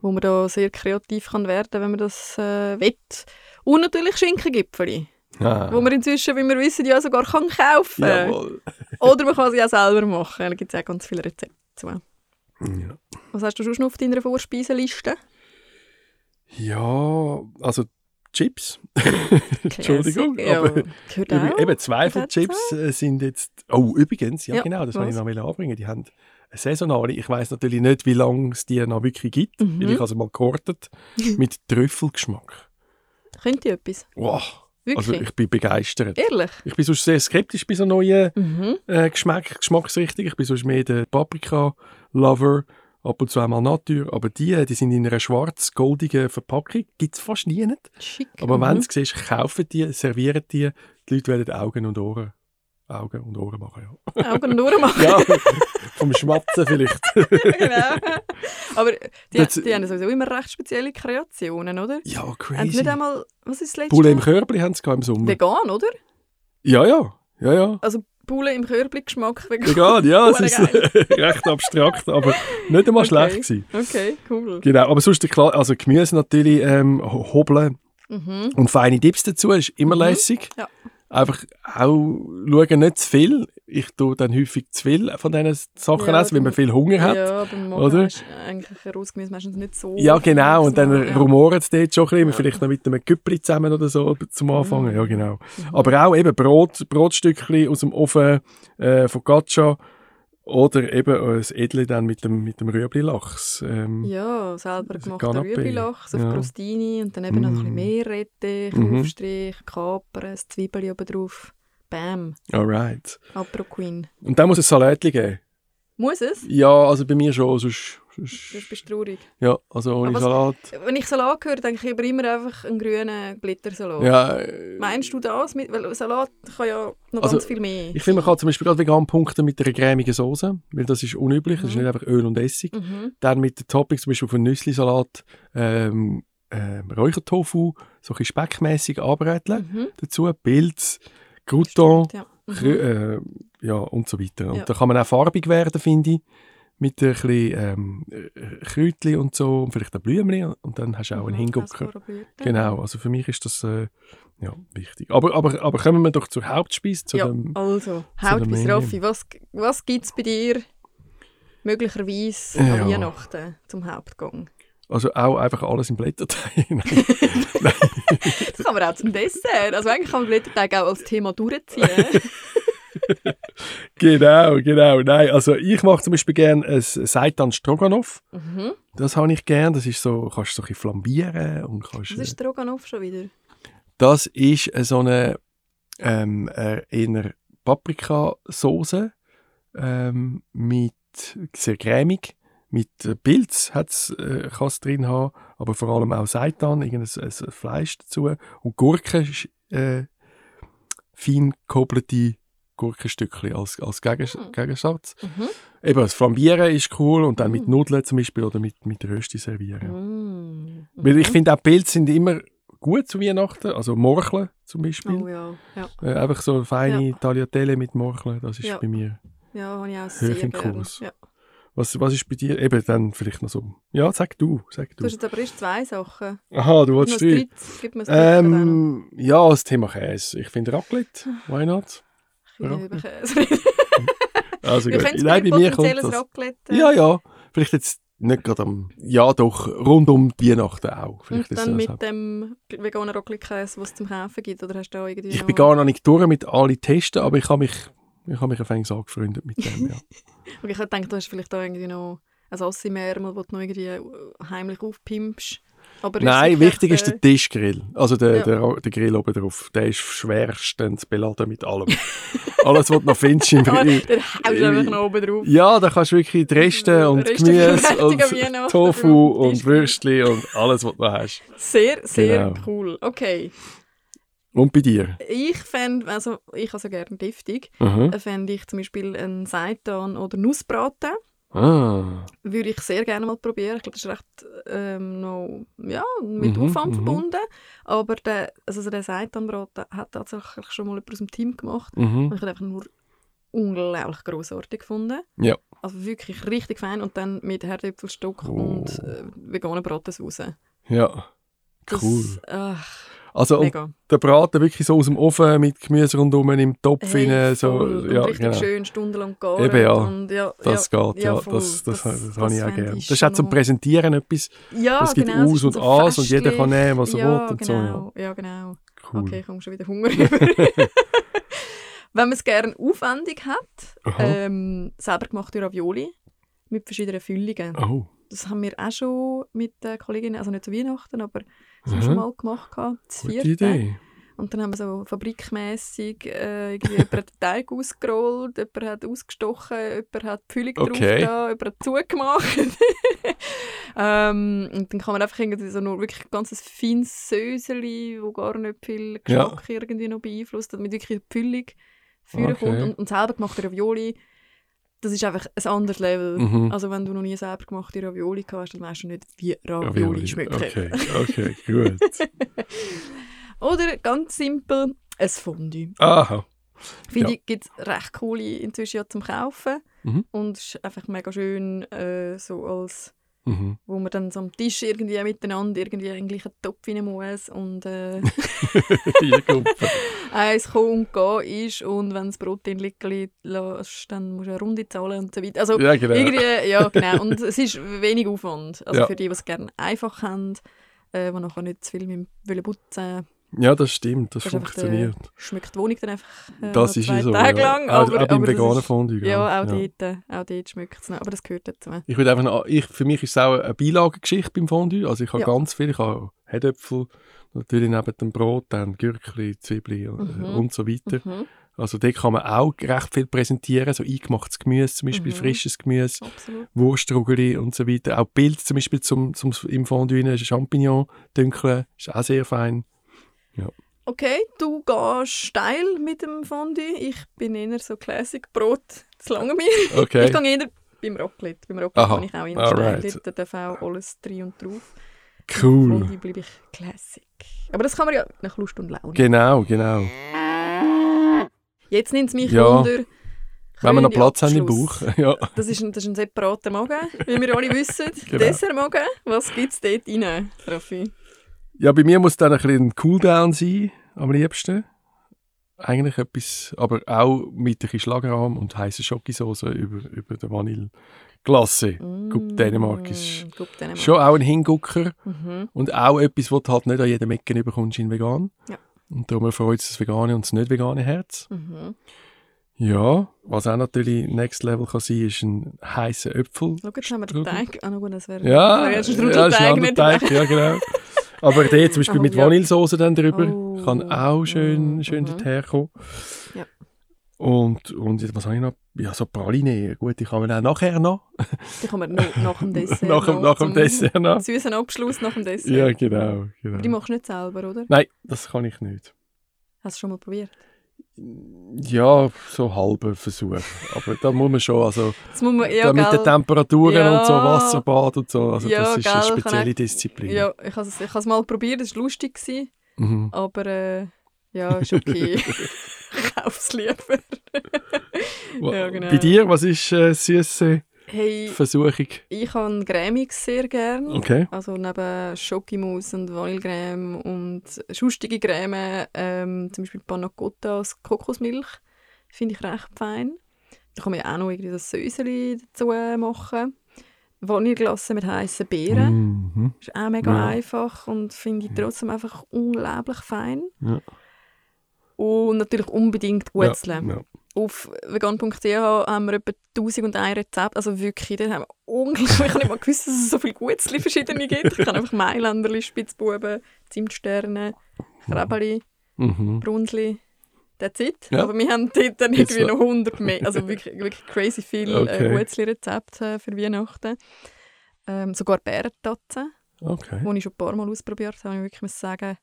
[SPEAKER 2] wo man da sehr kreativ kann werden kann, wenn man das äh, will. Und natürlich Schinkengipfeli,
[SPEAKER 1] ah,
[SPEAKER 2] wo man inzwischen, wie wir wissen, ja sogar kann kaufen kann.
[SPEAKER 1] jawohl.
[SPEAKER 2] Oder man kann sie auch selber machen. Da gibt es auch ganz viele Rezepte zu.
[SPEAKER 1] Ja.
[SPEAKER 2] Was hast du sonst noch auf deiner Vorspeisenliste?
[SPEAKER 1] ja, also Chips. Entschuldigung,
[SPEAKER 2] Classic, ja.
[SPEAKER 1] aber
[SPEAKER 2] Gehört
[SPEAKER 1] Übrig-
[SPEAKER 2] auch.
[SPEAKER 1] eben zwei von
[SPEAKER 2] Gehört
[SPEAKER 1] Chips äh, sind jetzt. Oh, übrigens, ja,
[SPEAKER 2] Ja,
[SPEAKER 1] genau, das wollte ich
[SPEAKER 2] was?
[SPEAKER 1] noch mal anbringen. Die haben eine saisonale. Ich weiß natürlich nicht, wie lange es die noch wirklich gibt,
[SPEAKER 2] Mhm.
[SPEAKER 1] weil ich also mal gehortet mit Trüffelgeschmack.
[SPEAKER 2] Könnt ihr etwas?
[SPEAKER 1] Wow. Also
[SPEAKER 2] Wirklich?
[SPEAKER 1] ich bin begeistert.
[SPEAKER 2] Ehrlich?
[SPEAKER 1] Ich bin sonst sehr skeptisch bei so neuen
[SPEAKER 2] Mhm.
[SPEAKER 1] äh, Geschmack, Geschmacksrichtung. Ich bin sonst mehr der Paprika-Lover, ab und zu einmal Natur. Aber die, die sind in einer schwarz-goldigen Verpackung. Gibt es fast nie. Nicht.
[SPEAKER 2] Schick.
[SPEAKER 1] Aber
[SPEAKER 2] mhm.
[SPEAKER 1] wenn du es siehst, kaufen die, servieren die. Die Leute werden Augen und Ohren. Augen und Ohren machen,
[SPEAKER 2] Augen nur machen.
[SPEAKER 1] ja. ja, vom Schmatzen vielleicht.
[SPEAKER 2] genau. Aber die,
[SPEAKER 1] Das-
[SPEAKER 2] die haben sowieso immer recht spezielle Kreationen, oder?
[SPEAKER 1] Ja,
[SPEAKER 2] Haben sie
[SPEAKER 1] crazy.
[SPEAKER 2] nicht einmal, was ist das letzte?
[SPEAKER 1] Poulet im
[SPEAKER 2] Mal?
[SPEAKER 1] Körbli haben sie gehabt im Sommer.
[SPEAKER 2] Vegan, oder?
[SPEAKER 1] Ja, ja. Ja, ja.
[SPEAKER 2] Also Poulet im Körbli-Geschmack vegan.
[SPEAKER 1] Vegan, ja, es
[SPEAKER 2] Hure
[SPEAKER 1] ist
[SPEAKER 2] geil.
[SPEAKER 1] recht abstrakt, aber nicht einmal
[SPEAKER 2] Okay.
[SPEAKER 1] schlecht gewesen.
[SPEAKER 2] Okay, cool.
[SPEAKER 1] Genau, aber sonst, klar, also Gemüse natürlich, ähm, Ho- Hobeln
[SPEAKER 2] Mhm.
[SPEAKER 1] und feine Dips dazu ist immer lässig.
[SPEAKER 2] Ja.
[SPEAKER 1] Einfach auch schauen, nicht zu viel. Ich tue dann häufig zu viel von diesen Sachen
[SPEAKER 2] Ja,
[SPEAKER 1] essen, weil man
[SPEAKER 2] dann-
[SPEAKER 1] viel Hunger hat. Ja.
[SPEAKER 2] Ja, aber Magen
[SPEAKER 1] oder?
[SPEAKER 2] ist eigentlich Rosgemüse meistens nicht so.
[SPEAKER 1] genau, und dann
[SPEAKER 2] Ja.
[SPEAKER 1] rumoren sie dort schon ein bisschen,
[SPEAKER 2] Ja. Mhm.
[SPEAKER 1] vielleicht noch mit einem Küppli zusammen oder so zum Anfangen, ja genau. Aber auch eben Brot, Brotstückchen aus dem Ofen, äh, Focaccia, Oder eben ein Edli dann mit dem, mit dem Rüebli-Lachs. Ähm,
[SPEAKER 2] Ja, selber gemachter
[SPEAKER 1] Canapé,
[SPEAKER 2] Rüebli-Lachs auf
[SPEAKER 1] ja.
[SPEAKER 2] Crostini und dann eben noch ein bisschen
[SPEAKER 1] Mm.
[SPEAKER 2] Meerrettich,
[SPEAKER 1] Mhm.
[SPEAKER 2] Aufstrich, Kapern, ein Zwiebeli oben drauf. Bam,
[SPEAKER 1] Alright.
[SPEAKER 2] Apro Queen.
[SPEAKER 1] Und dann muss es Salätli geben.
[SPEAKER 2] Muss es?
[SPEAKER 1] Ja, also bei mir schon, sonst...
[SPEAKER 2] Sonst
[SPEAKER 1] sonst
[SPEAKER 2] bist du traurig.
[SPEAKER 1] ja, also ohne
[SPEAKER 2] Aber es-
[SPEAKER 1] Salat.
[SPEAKER 2] Wenn ich Salat höre, denke ich aber immer einfach einen grünen Blättersalat.
[SPEAKER 1] Ja, äh,
[SPEAKER 2] Meinst du das? Mit, weil Salat kann ja noch
[SPEAKER 1] Also,
[SPEAKER 2] ganz viel mehr.
[SPEAKER 1] ich finde, man kann zum Beispiel gerade vegan punkten mit einer cremigen Soße, weil das ist unüblich, das ist
[SPEAKER 2] Mhm.
[SPEAKER 1] nicht einfach Öl und Essig.
[SPEAKER 2] Mhm.
[SPEAKER 1] Dann mit den Toppings, zum Beispiel auf einen Nüsslisalat, ähm, ähm, Räuchertofu, so ein bisschen speckmässig anbräteln
[SPEAKER 2] Mhm.
[SPEAKER 1] dazu, Pilz, Crouton,
[SPEAKER 2] Ja.
[SPEAKER 1] Krü-
[SPEAKER 2] Mhm.
[SPEAKER 1] äh, ja, und so weiter. Und
[SPEAKER 2] Ja.
[SPEAKER 1] da kann man auch farbig werden, finde ich, mit ein bisschen ähm, äh, Kräutchen und so, und vielleicht ein Blümchen und dann hast du auch einen
[SPEAKER 2] Mhm.
[SPEAKER 1] Hingucker.
[SPEAKER 2] Als Vorbild.
[SPEAKER 1] Genau, also für mich ist das äh, ja, wichtig. Aber, aber, aber kommen wir doch zur Hauptspeise, zu
[SPEAKER 2] ja,
[SPEAKER 1] dem
[SPEAKER 2] also, haut
[SPEAKER 1] dem
[SPEAKER 2] bis
[SPEAKER 1] Menü.
[SPEAKER 2] Raffi, was, was gibt es bei dir möglicherweise
[SPEAKER 1] Ja.
[SPEAKER 2] an Weihnachten zum Hauptgang?
[SPEAKER 1] Also auch einfach alles im Blätterteig. Nein.
[SPEAKER 2] Das kann man auch zum Dessert. Also eigentlich kann man Blätterteig auch als Thema durchziehen.
[SPEAKER 1] genau, genau. Nein, also ich mache zum Beispiel gerne ein Seitan Stroganoff.
[SPEAKER 2] mhm.
[SPEAKER 1] Das habe ich gern. Das ist so, kannst du so ein bisschen flambieren und kannst. äh,
[SPEAKER 2] Das ist Stroganoff schon wieder.
[SPEAKER 1] das ist äh, so eine ähm, äh, eher Paprikasauce ähm, mit sehr cremig. Mit äh, Pilz hat's, äh, kann es drin haben, aber vor allem auch Seitan, irgendein ein Fleisch dazu. Und Gurken, sch- äh, fein gehobelte Gurkenstückchen als, als Geges
[SPEAKER 2] Mm.
[SPEAKER 1] Gegensatz.
[SPEAKER 2] Mhm.
[SPEAKER 1] Eben, das Flambieren ist cool und dann mit
[SPEAKER 2] Mm.
[SPEAKER 1] Nudeln zum Beispiel oder mit, mit Rösti servieren.
[SPEAKER 2] Mhm.
[SPEAKER 1] Weil ich finde auch Pilze sind immer gut zu Weihnachten, also Morcheln zum Beispiel.
[SPEAKER 2] Oh ja, ja,
[SPEAKER 1] Äh, einfach so eine feine Tagliatelle mit Morcheln, das ist
[SPEAKER 2] Ja.
[SPEAKER 1] bei mir.
[SPEAKER 2] ja habe ich auch
[SPEAKER 1] Hoch
[SPEAKER 2] sehr
[SPEAKER 1] im
[SPEAKER 2] gerne.
[SPEAKER 1] Kurs.
[SPEAKER 2] Ja.
[SPEAKER 1] Was, was ist bei dir? Eben dann vielleicht noch so. Ja, sag du, sag
[SPEAKER 2] Du
[SPEAKER 1] du.
[SPEAKER 2] hast jetzt aber erst zwei Sachen.
[SPEAKER 1] Aha, du
[SPEAKER 2] noch
[SPEAKER 1] wolltest
[SPEAKER 2] ein
[SPEAKER 1] drei.
[SPEAKER 2] drittes. Gib mir das dritte dann noch.
[SPEAKER 1] Ähm, ja, das Thema Käse. Ich finde Raclette, why not?
[SPEAKER 2] Ich will
[SPEAKER 1] ja.
[SPEAKER 2] nicht über Käse reden.
[SPEAKER 1] Also
[SPEAKER 2] Wir
[SPEAKER 1] gut.
[SPEAKER 2] können
[SPEAKER 1] Nein,
[SPEAKER 2] ein
[SPEAKER 1] bei mir kommt
[SPEAKER 2] potenzielles
[SPEAKER 1] das.
[SPEAKER 2] Raclette.
[SPEAKER 1] Ja, ja. Vielleicht jetzt nicht gerade am. Ja, doch, rund um die Weihnachten auch. Vielleicht
[SPEAKER 2] Und
[SPEAKER 1] ist
[SPEAKER 2] dann
[SPEAKER 1] das
[SPEAKER 2] mit dem veganen Raclette-Käse, was es zum Kaufen gibt, oder hast du da irgendwie
[SPEAKER 1] Ich
[SPEAKER 2] noch...
[SPEAKER 1] bin gar noch nicht durch mit alle Testen, aber ich habe mich, ich habe mich auf Engs angefreundet mit dem. Ja.
[SPEAKER 2] Und ich denke, du hast vielleicht da irgendwie noch ein Assi im Ärmel, das du noch irgendwie äh, heimlich aufpimpst. Aber es
[SPEAKER 1] Nein,
[SPEAKER 2] ist
[SPEAKER 1] wichtig
[SPEAKER 2] echt,
[SPEAKER 1] ist der Tischgrill. Also der,
[SPEAKER 2] Ja.
[SPEAKER 1] der, der Grill oben drauf. Der ist schwerstens beladen mit allem. Alles, was du noch findest im
[SPEAKER 2] Ah,
[SPEAKER 1] Grill.
[SPEAKER 2] den haust du einfach noch oben drauf.
[SPEAKER 1] Ja, da kannst du wirklich die Reste und
[SPEAKER 2] Reste
[SPEAKER 1] Gemüse
[SPEAKER 2] verwerten
[SPEAKER 1] und
[SPEAKER 2] am Weihnachten
[SPEAKER 1] Tofu
[SPEAKER 2] drauf,
[SPEAKER 1] und
[SPEAKER 2] Tischgrill.
[SPEAKER 1] Würstli und alles, was du noch hast.
[SPEAKER 2] Sehr, sehr
[SPEAKER 1] Genau.
[SPEAKER 2] cool. Okay.
[SPEAKER 1] Und bei dir?
[SPEAKER 2] Ich fände, also ich also gerne deftig,
[SPEAKER 1] Mhm.
[SPEAKER 2] äh, fände ich zum Beispiel einen Seitan oder Nussbraten.
[SPEAKER 1] Ah.
[SPEAKER 2] würde ich sehr gerne mal probieren. Ich glaube, das ist recht ähm, noch ja, mit
[SPEAKER 1] Mhm,
[SPEAKER 2] Aufwand
[SPEAKER 1] mhm.
[SPEAKER 2] verbunden. Aber der, also der Seitanbraten hat tatsächlich schon mal jemand aus dem Team gemacht. Und
[SPEAKER 1] Mhm.
[SPEAKER 2] ich habe ihn einfach nur unglaublich grossartig gefunden.
[SPEAKER 1] Ja.
[SPEAKER 2] Also wirklich richtig fein. Und dann mit Herdöpfelstock
[SPEAKER 1] Oh.
[SPEAKER 2] und äh, veganer Bratensauce.
[SPEAKER 1] Ja.
[SPEAKER 2] Das,
[SPEAKER 1] Cool.
[SPEAKER 2] Ach,
[SPEAKER 1] Also und
[SPEAKER 2] mega.
[SPEAKER 1] der Braten wirklich so aus dem Ofen mit Gemüse rundum im Topf rein. So,
[SPEAKER 2] voll. und
[SPEAKER 1] ja,
[SPEAKER 2] richtig
[SPEAKER 1] genau.
[SPEAKER 2] schön, stundenlang gegart.
[SPEAKER 1] Eben, ja.
[SPEAKER 2] Und ja,
[SPEAKER 1] Das geht,
[SPEAKER 2] ja,
[SPEAKER 1] ja.
[SPEAKER 2] voll.
[SPEAKER 1] das das,
[SPEAKER 2] Das-
[SPEAKER 1] das,
[SPEAKER 2] das
[SPEAKER 1] habe ich auch
[SPEAKER 2] fände
[SPEAKER 1] gerne.
[SPEAKER 2] ich
[SPEAKER 1] Das ist
[SPEAKER 2] schon
[SPEAKER 1] auch zum
[SPEAKER 2] noch-
[SPEAKER 1] Präsentieren etwas.
[SPEAKER 2] ja. ja,
[SPEAKER 1] es gibt
[SPEAKER 2] genau,
[SPEAKER 1] Aus
[SPEAKER 2] ist
[SPEAKER 1] und
[SPEAKER 2] so
[SPEAKER 1] As und jeder
[SPEAKER 2] festlich.
[SPEAKER 1] kann nehmen, was er
[SPEAKER 2] ja,
[SPEAKER 1] will. Und so,
[SPEAKER 2] genau. ja, genau.
[SPEAKER 1] ja. Cool.
[SPEAKER 2] Okay, ich komme schon wieder Hunger über. Wenn man es gerne aufwendig hat,
[SPEAKER 1] Aha.
[SPEAKER 2] ähm, selber gemachte Ravioli mit verschiedenen Füllungen.
[SPEAKER 1] Oh.
[SPEAKER 2] Das haben wir auch schon mit den Kolleginnen, also nicht zu Weihnachten, aber das haben
[SPEAKER 1] Aha.
[SPEAKER 2] wir schon mal gemacht, gehabt, zu
[SPEAKER 1] Mhm. Gute
[SPEAKER 2] viert.
[SPEAKER 1] Idee.
[SPEAKER 2] Und dann haben wir so fabrikmässig äh, irgendwie jemand hat den Teig ausgerollt, jemand hat ausgestochen, jemand hat die Füllung
[SPEAKER 1] Okay.
[SPEAKER 2] drauf da, jemand hat zugemacht. ähm, und dann kann man einfach irgendwie so nur wirklich ein ganzes feines Söseli, wo gar nicht viel Geschmack irgendwie noch beeinflusst, damit wirklich die Füllung führen
[SPEAKER 1] Okay.
[SPEAKER 2] kommt. Und, und selber gemachte Ravioli, das ist einfach ein anderes Level.
[SPEAKER 1] Mhm.
[SPEAKER 2] Also wenn du noch nie selber gemachte Ravioli gehabt hast, dann weißt du nicht, wie Ravioli
[SPEAKER 1] Ravioli.
[SPEAKER 2] schmecken.
[SPEAKER 1] Okay, okay, gut.
[SPEAKER 2] Oder ganz simpel, ein Fondue.
[SPEAKER 1] Aha.
[SPEAKER 2] Finde
[SPEAKER 1] Ja.
[SPEAKER 2] ich, gibt es recht coole inzwischen ja zum Kaufen.
[SPEAKER 1] Mhm.
[SPEAKER 2] Und es ist einfach mega schön, äh, so als,
[SPEAKER 1] Mhm.
[SPEAKER 2] wo man dann so am Tisch irgendwie miteinander irgendwie in den gleichen Topf rein muss und äh,
[SPEAKER 1] Ihr Kumpel.
[SPEAKER 2] eins kommen und gehen ist. Und wenn das Brot in liegen lässt, dann musst du eine Runde zahlen und so weiter. Also
[SPEAKER 1] Ja, genau.
[SPEAKER 2] irgendwie, ja genau. Und es ist wenig Aufwand. Also
[SPEAKER 1] Ja.
[SPEAKER 2] für die, die es gerne einfach haben, äh, die nachher nicht zu viel mit dem wollen putzen
[SPEAKER 1] Ja, das stimmt, das
[SPEAKER 2] Kannst einfach den-
[SPEAKER 1] funktioniert.
[SPEAKER 2] Schmeckt die Wohnung dann einfach äh,
[SPEAKER 1] Das
[SPEAKER 2] noch
[SPEAKER 1] ist eh
[SPEAKER 2] zwei
[SPEAKER 1] so.
[SPEAKER 2] Tage
[SPEAKER 1] ja.
[SPEAKER 2] lang.
[SPEAKER 1] Auch-
[SPEAKER 2] aber,
[SPEAKER 1] auch beim
[SPEAKER 2] aber das
[SPEAKER 1] veganen
[SPEAKER 2] ist-
[SPEAKER 1] Fondue. gell?
[SPEAKER 2] Ja, auch, Dort, äh, auch dort schmeckt es noch. Aber das gehört dazu.
[SPEAKER 1] Ich würde einfach noch, ich, für mich ist es auch eine Beilagengeschichte beim Fondue. Also ich habe
[SPEAKER 2] Ja.
[SPEAKER 1] ganz viel, ich habe Herdöpfel, natürlich neben dem Brot, dann Gürkli, Zwiebeln
[SPEAKER 2] Mhm.
[SPEAKER 1] äh, und so weiter.
[SPEAKER 2] Mhm,
[SPEAKER 1] Also dort kann man auch recht viel präsentieren, so eingemachtes Gemüse zum Beispiel,
[SPEAKER 2] Mhm.
[SPEAKER 1] frisches Gemüse,
[SPEAKER 2] absolut.
[SPEAKER 1] Wurstrugeli und so weiter. Auch Bild zum Beispiel zum, zum, im Fondue rein, Champignon dünkeln, ist auch sehr fein.
[SPEAKER 2] Okay, du gehst steil mit dem Fondue. Ich bin eher so Classic Brot. Das lange mir.
[SPEAKER 1] Okay.
[SPEAKER 2] Ich gehe eher beim Raclette. Beim Raclette
[SPEAKER 1] Aha,
[SPEAKER 2] bin ich auch eher
[SPEAKER 1] alright.
[SPEAKER 2] steil. Dort darf auch alles drin und drauf. Beim
[SPEAKER 1] Cool.
[SPEAKER 2] Fondue bleibe ich Classic. Aber das kann man ja nach Lust und Laune.
[SPEAKER 1] Genau, genau.
[SPEAKER 2] Jetzt nimmt es mich
[SPEAKER 1] Ja.
[SPEAKER 2] wunder.
[SPEAKER 1] Wenn wir noch
[SPEAKER 2] Grüne
[SPEAKER 1] Platz haben im
[SPEAKER 2] Abschluss.
[SPEAKER 1] Bauch. Ja.
[SPEAKER 2] Das ist, ein, das ist ein separater Magen, wie wir alle wissen.
[SPEAKER 1] Genau.
[SPEAKER 2] Dessertmagen. Was gibt es dort rein, Raffi?
[SPEAKER 1] Ja, bei mir muss dann ein bisschen ein Cooldown sein, am liebsten. Eigentlich etwas, aber auch mit ein bisschen Schlagrahm und heißer Schokosauce über, über der Vanilleglasse.
[SPEAKER 2] Mm.
[SPEAKER 1] Guck, Dänemark ist
[SPEAKER 2] Guck, Mm, Dänemark.
[SPEAKER 1] schon auch ein Hingucker
[SPEAKER 2] Mhm.
[SPEAKER 1] und auch etwas, was du halt nicht an jedem Ecken überkommst in vegan.
[SPEAKER 2] Ja.
[SPEAKER 1] Und darum erfreut es das vegane und das nicht vegane Herz.
[SPEAKER 2] Mhm.
[SPEAKER 1] Ja, was auch natürlich Next Level kann sein, ist ein heißer Äpfel.
[SPEAKER 2] Schau, jetzt haben wir den
[SPEAKER 1] Strudel.
[SPEAKER 2] Teig. Ah, noch gut, das wäre
[SPEAKER 1] Ja,
[SPEAKER 2] das
[SPEAKER 1] ja,
[SPEAKER 2] wäre ein Strudelteig,
[SPEAKER 1] ist
[SPEAKER 2] nicht
[SPEAKER 1] ein anderer Teig, ja genau. Aber der zum Beispiel
[SPEAKER 2] Oh,
[SPEAKER 1] mit
[SPEAKER 2] ja.
[SPEAKER 1] Vanillesauce dann drüber
[SPEAKER 2] Oh,
[SPEAKER 1] kann auch schön,
[SPEAKER 2] mm,
[SPEAKER 1] schön
[SPEAKER 2] mhm.
[SPEAKER 1] dorthin kommen.
[SPEAKER 2] Ja.
[SPEAKER 1] Und, und jetzt, was habe ich noch? Ja, so Praline. Gut, die kann man auch nachher noch.
[SPEAKER 2] Die kann man noch, nach dem Dessert.
[SPEAKER 1] nach, dem,
[SPEAKER 2] noch
[SPEAKER 1] nach dem
[SPEAKER 2] zum
[SPEAKER 1] Dessert noch.
[SPEAKER 2] Süßen Abschluss nach dem Dessert.
[SPEAKER 1] Ja, genau.
[SPEAKER 2] Aber die
[SPEAKER 1] genau.
[SPEAKER 2] machst du nicht selber, oder?
[SPEAKER 1] Nein, das kann ich nicht.
[SPEAKER 2] Hast du schon mal probiert?
[SPEAKER 1] Ja, so halber Versuch. Aber da muss man schon, also
[SPEAKER 2] Das muss man, ja,
[SPEAKER 1] da mit
[SPEAKER 2] gell.
[SPEAKER 1] den Temperaturen
[SPEAKER 2] Ja.
[SPEAKER 1] und so, Wasserbad und so, also
[SPEAKER 2] Ja,
[SPEAKER 1] das ist eine
[SPEAKER 2] gell, kann
[SPEAKER 1] spezielle
[SPEAKER 2] auch-
[SPEAKER 1] Disziplin.
[SPEAKER 2] Ja, ich habe es ich has mal probiert, es war lustig, gewesen,
[SPEAKER 1] Mhm.
[SPEAKER 2] aber äh, ja, ist okay. Kauf's lieber. Ja, genau.
[SPEAKER 1] Bei dir, was ist äh, süße
[SPEAKER 2] Hey,
[SPEAKER 1] Versuchung?
[SPEAKER 2] ich habe Cremix sehr gerne.
[SPEAKER 1] Okay.
[SPEAKER 2] Also neben Schokimus und Vanillecreme und schustige Creme, ähm, zum Beispiel Panna Cotta aus Kokosmilch, finde ich recht fein. Da kann man ja auch noch irgendwie das Säuseli dazu machen. Vanilleglasse mit heißen Beeren.
[SPEAKER 1] Mhm.
[SPEAKER 2] Ist auch mega
[SPEAKER 1] Ja.
[SPEAKER 2] einfach und finde ich trotzdem einfach unglaublich fein.
[SPEAKER 1] Ja.
[SPEAKER 2] Und natürlich unbedingt Guetzle.
[SPEAKER 1] Ja, ja.
[SPEAKER 2] Auf vegan.ch haben wir etwa 1001 Rezepte. Also wirklich, da haben wir unglaublich. Ich habe nicht mal gewusst, dass es so viele Guetzli verschiedene gibt. Ich kann einfach Mailänderli, Spitzbuben, Zimtsterne, Krebeli,
[SPEAKER 1] Mhm.
[SPEAKER 2] Brunzli. That's it.
[SPEAKER 1] Ja.
[SPEAKER 2] Aber wir haben dort dann
[SPEAKER 1] Jetzt
[SPEAKER 2] irgendwie
[SPEAKER 1] so.
[SPEAKER 2] noch 100 mehr. Also wirklich, wirklich crazy viele
[SPEAKER 1] Okay.
[SPEAKER 2] okay. Guetzli-Rezepte äh, für Weihnachten. Ähm, sogar Bärentatzen
[SPEAKER 1] Okay.
[SPEAKER 2] wo ich schon ein paar Mal ausprobiert habe, muss ich wirklich muss sagen,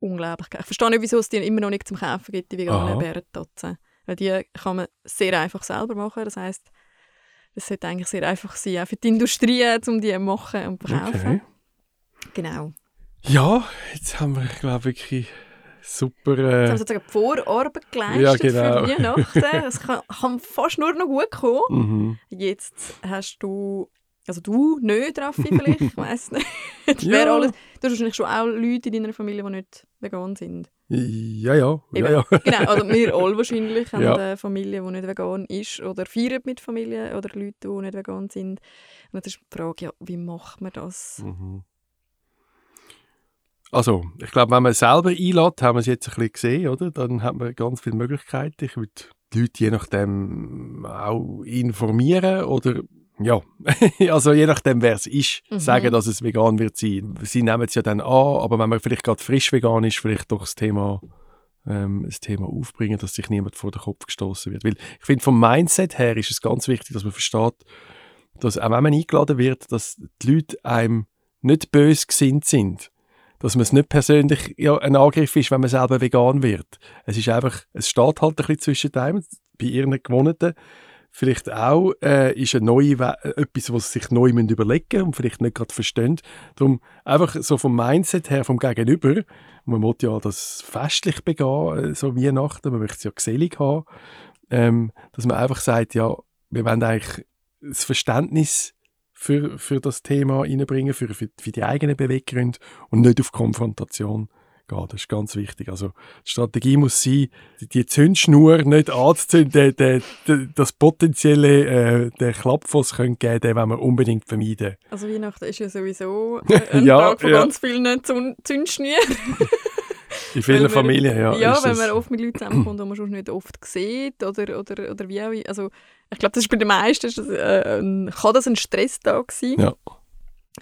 [SPEAKER 2] unglaublich geil. Ich verstehe nicht, wieso es die immer noch nicht zum Kaufen gibt, die
[SPEAKER 1] Aha.
[SPEAKER 2] veganen Bärentatzen. Weil die kann man sehr einfach selber machen. Das heisst, das sollte eigentlich sehr einfach sein, auch für die Industrie, um die zu machen und zu verkaufen.
[SPEAKER 1] okay.
[SPEAKER 2] Genau.
[SPEAKER 1] Ja, jetzt haben wir, glaube ich, wirklich super.
[SPEAKER 2] Jetzt haben wir
[SPEAKER 1] Äh,
[SPEAKER 2] sozusagen die Vorarbeit geleistet
[SPEAKER 1] genau.
[SPEAKER 2] für Weihnachten. Es kann, kann fast nur noch gut kommen.
[SPEAKER 1] mhm.
[SPEAKER 2] Jetzt hast du, also du nicht, Raffi vielleicht, ich weiss nicht.
[SPEAKER 1] Ja.
[SPEAKER 2] Wer alles, du hast wahrscheinlich schon auch Leute in deiner Familie, die nicht vegan sind.
[SPEAKER 1] Ja, ja. ja,
[SPEAKER 2] Eben.
[SPEAKER 1] ja.
[SPEAKER 2] Genau, also wir alle wahrscheinlich haben
[SPEAKER 1] Ja.
[SPEAKER 2] eine Familie, die nicht vegan ist oder feiern mit Familien oder Leute, die nicht vegan sind. Und jetzt ist die Frage, ja, wie macht man das?
[SPEAKER 1] Mhm. Also, ich glaube, wenn man selber einlädt, haben wir es jetzt ein bisschen gesehen, oder? Dann hat man ganz viele Möglichkeiten. Ich würde die Leute je nachdem auch informieren oder ja, also je nachdem, wer es ist,
[SPEAKER 2] Mhm.
[SPEAKER 1] sagen, dass es vegan wird sein. Sie nehmen es ja dann an, aber wenn man vielleicht gerade frisch vegan ist, vielleicht doch das Thema, ähm, das Thema aufbringen, dass sich niemand vor den Kopf gestoßen wird. Weil ich finde, vom Mindset her ist es ganz wichtig, dass man versteht, dass auch wenn man eingeladen wird, dass die Leute einem nicht böse gesinnt sind. Dass man es nicht persönlich ja, ein Angriff ist, wenn man selber vegan wird. Es ist einfach, es steht halt ein bisschen zwischen einem, bei ihren Gewohnten. Vielleicht auch äh, ist ein neue, We- äh, etwas, was sie sich neu müssen überlegen und vielleicht nicht gerade verstehen. Darum einfach so vom Mindset her, vom Gegenüber, man will ja das festlich begehen, äh, so Weihnachten, man möchte es ja gesellig haben, ähm, dass man einfach sagt, ja, wir wollen eigentlich das Verständnis für, für das Thema reinbringen, für, für, für die eigenen Beweggründe und nicht auf Konfrontation gehen. Das ist ganz wichtig. Also die Strategie muss sein, die- die Zündschnur nicht anzuzünden, der, der, der, das potenzielle äh, der Klapp, den es könnte geben den wollen wir unbedingt vermeiden.
[SPEAKER 2] Also Weihnachten ist ja sowieso äh, ein
[SPEAKER 1] Ja,
[SPEAKER 2] Tag von
[SPEAKER 1] ja.
[SPEAKER 2] ganz vielen Zun- Zündschnüren.
[SPEAKER 1] In vielen
[SPEAKER 2] Weil wir-
[SPEAKER 1] Familien, ja.
[SPEAKER 2] Ja,
[SPEAKER 1] ist
[SPEAKER 2] wenn
[SPEAKER 1] es-
[SPEAKER 2] man oft mit Leuten zusammenkommt, die man sonst nicht oft sieht oder, oder, oder wie auch immer. Also ich glaube, das ist bei den meisten, ist das, äh, ein, kann das ein Stresstag sein.
[SPEAKER 1] Ja.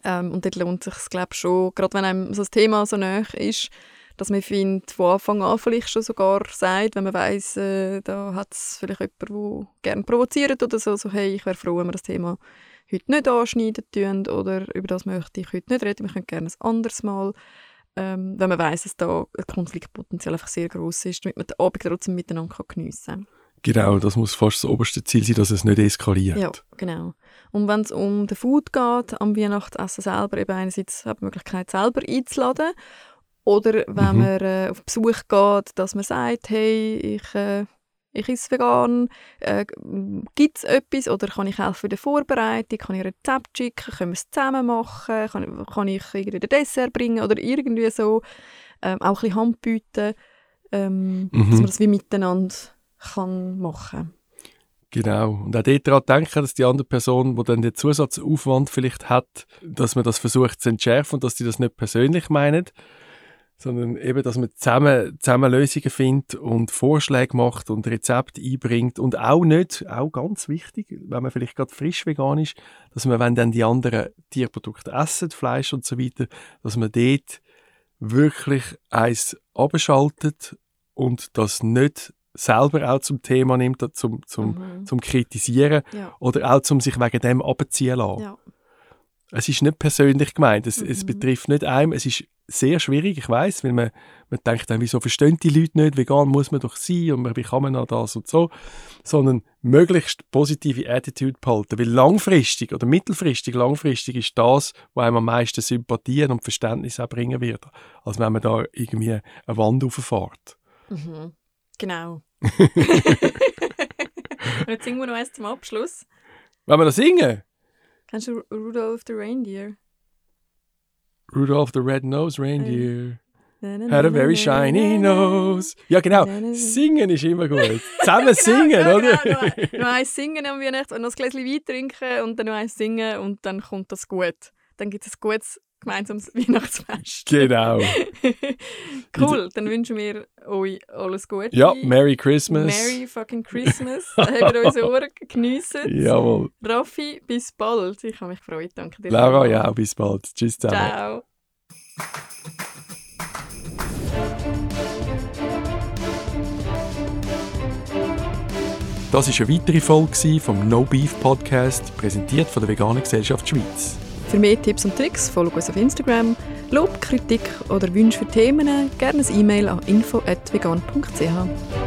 [SPEAKER 2] Ähm, und dort lohnt sich glaube schon, gerade wenn einem so das Thema so nah ist, dass man findet, von Anfang an vielleicht schon sogar sagt, wenn man weiss, äh, da hat es vielleicht jemanden, der gerne provoziert oder so, so hey, ich wäre froh, wenn wir das Thema heute nicht anschneiden tun oder über das möchte ich heute nicht reden, wir können gerne ein anderes Mal. Ähm, wenn man weiss, dass da ein Konfliktpotenzial einfach sehr groß ist, damit man den Abend trotzdem miteinander kann geniessen
[SPEAKER 1] Genau, das muss fast das oberste Ziel sein, dass es nicht eskaliert.
[SPEAKER 2] kann. Ja, genau. Und wenn es um den Food geht, am Weihnachtsessen selber, eben einerseits hat man die Möglichkeit, selber einzuladen oder wenn
[SPEAKER 1] Mhm.
[SPEAKER 2] man äh, auf Besuch geht, dass man sagt, hey, ich... Äh, ich esse vegan, äh, gibt es etwas oder kann ich helfen bei der Vorbereitung, kann ich ein Rezept schicken, können wir es zusammen machen, kann, kann ich irgendwie den Dessert bringen oder irgendwie so, ähm, auch ein bisschen Hand bieten, ähm,
[SPEAKER 1] Mhm.
[SPEAKER 2] dass man das wie miteinander kann machen
[SPEAKER 1] Genau. Und auch dort daran denken, dass die andere Person, die dann den Zusatzaufwand vielleicht hat, dass man das versucht zu entschärfen und dass die das nicht persönlich meinen, sondern eben, dass man zusammen, zusammen Lösungen findet und Vorschläge macht und Rezepte einbringt und auch nicht, auch ganz wichtig, wenn man vielleicht gerade frisch vegan ist, dass man, wenn dann die anderen Tierprodukte essen, Fleisch und so weiter, dass man dort wirklich eins abschaltet und das nicht selber auch zum Thema nimmt, zum, zum,
[SPEAKER 2] Mhm.
[SPEAKER 1] zum Kritisieren
[SPEAKER 2] Ja.
[SPEAKER 1] oder auch zum sich wegen dem abziehen lassen.
[SPEAKER 2] Ja.
[SPEAKER 1] Es ist nicht persönlich gemeint, es, es
[SPEAKER 2] Mhm.
[SPEAKER 1] betrifft nicht einem, es ist sehr schwierig, ich weiß, weil man, man denkt dann, wieso verstehen die Leute nicht, vegan muss man doch sein und wie kann man noch das und so, sondern möglichst positive Attitude behalten, weil langfristig oder mittelfristig, langfristig ist das, was einem am meisten Sympathien und Verständnis auch bringen wird, als wenn man da irgendwie eine Wand rauffährt.
[SPEAKER 2] Mhm. Genau. Und jetzt singen wir noch eins zum Abschluss.
[SPEAKER 1] Wenn wir das singen,
[SPEAKER 2] Kennst du Ru- Rudolph the Reindeer?
[SPEAKER 1] Rudolph the Red-Nosed Reindeer...
[SPEAKER 2] Had
[SPEAKER 1] Had a very shiny nose. Ja, genau. Singen ist immer gut. Zusammen singen,
[SPEAKER 2] ja,
[SPEAKER 1] oder?
[SPEAKER 2] Genau, noch, noch eins singen am Weihnachten und noch ein Gläschen Wein trinken und dann noch eins singen und dann kommt das gut. Dann gibt es ein gutes gemeinsames Weihnachtsfest.
[SPEAKER 1] Genau.
[SPEAKER 2] cool, dann wünschen wir euch alles Gute.
[SPEAKER 1] Ja, Merry Christmas.
[SPEAKER 2] Merry fucking Christmas. Habt ihr unsere Ohren geniessen.
[SPEAKER 1] Jawohl.
[SPEAKER 2] Raffi, bis bald. Ich habe mich gefreut. Danke dir.
[SPEAKER 1] Laura, ja, bis bald. Tschüss zusammen.
[SPEAKER 2] Ciao.
[SPEAKER 1] Das war eine weitere Folge gewesen vom No Beef Podcast, präsentiert von der Veganen Gesellschaft Schweiz.
[SPEAKER 2] Für mehr Tipps und Tricks folgt uns auf Instagram. Lob, Kritik oder Wünsche für Themen gerne ein E-Mail an info.vegan.ch.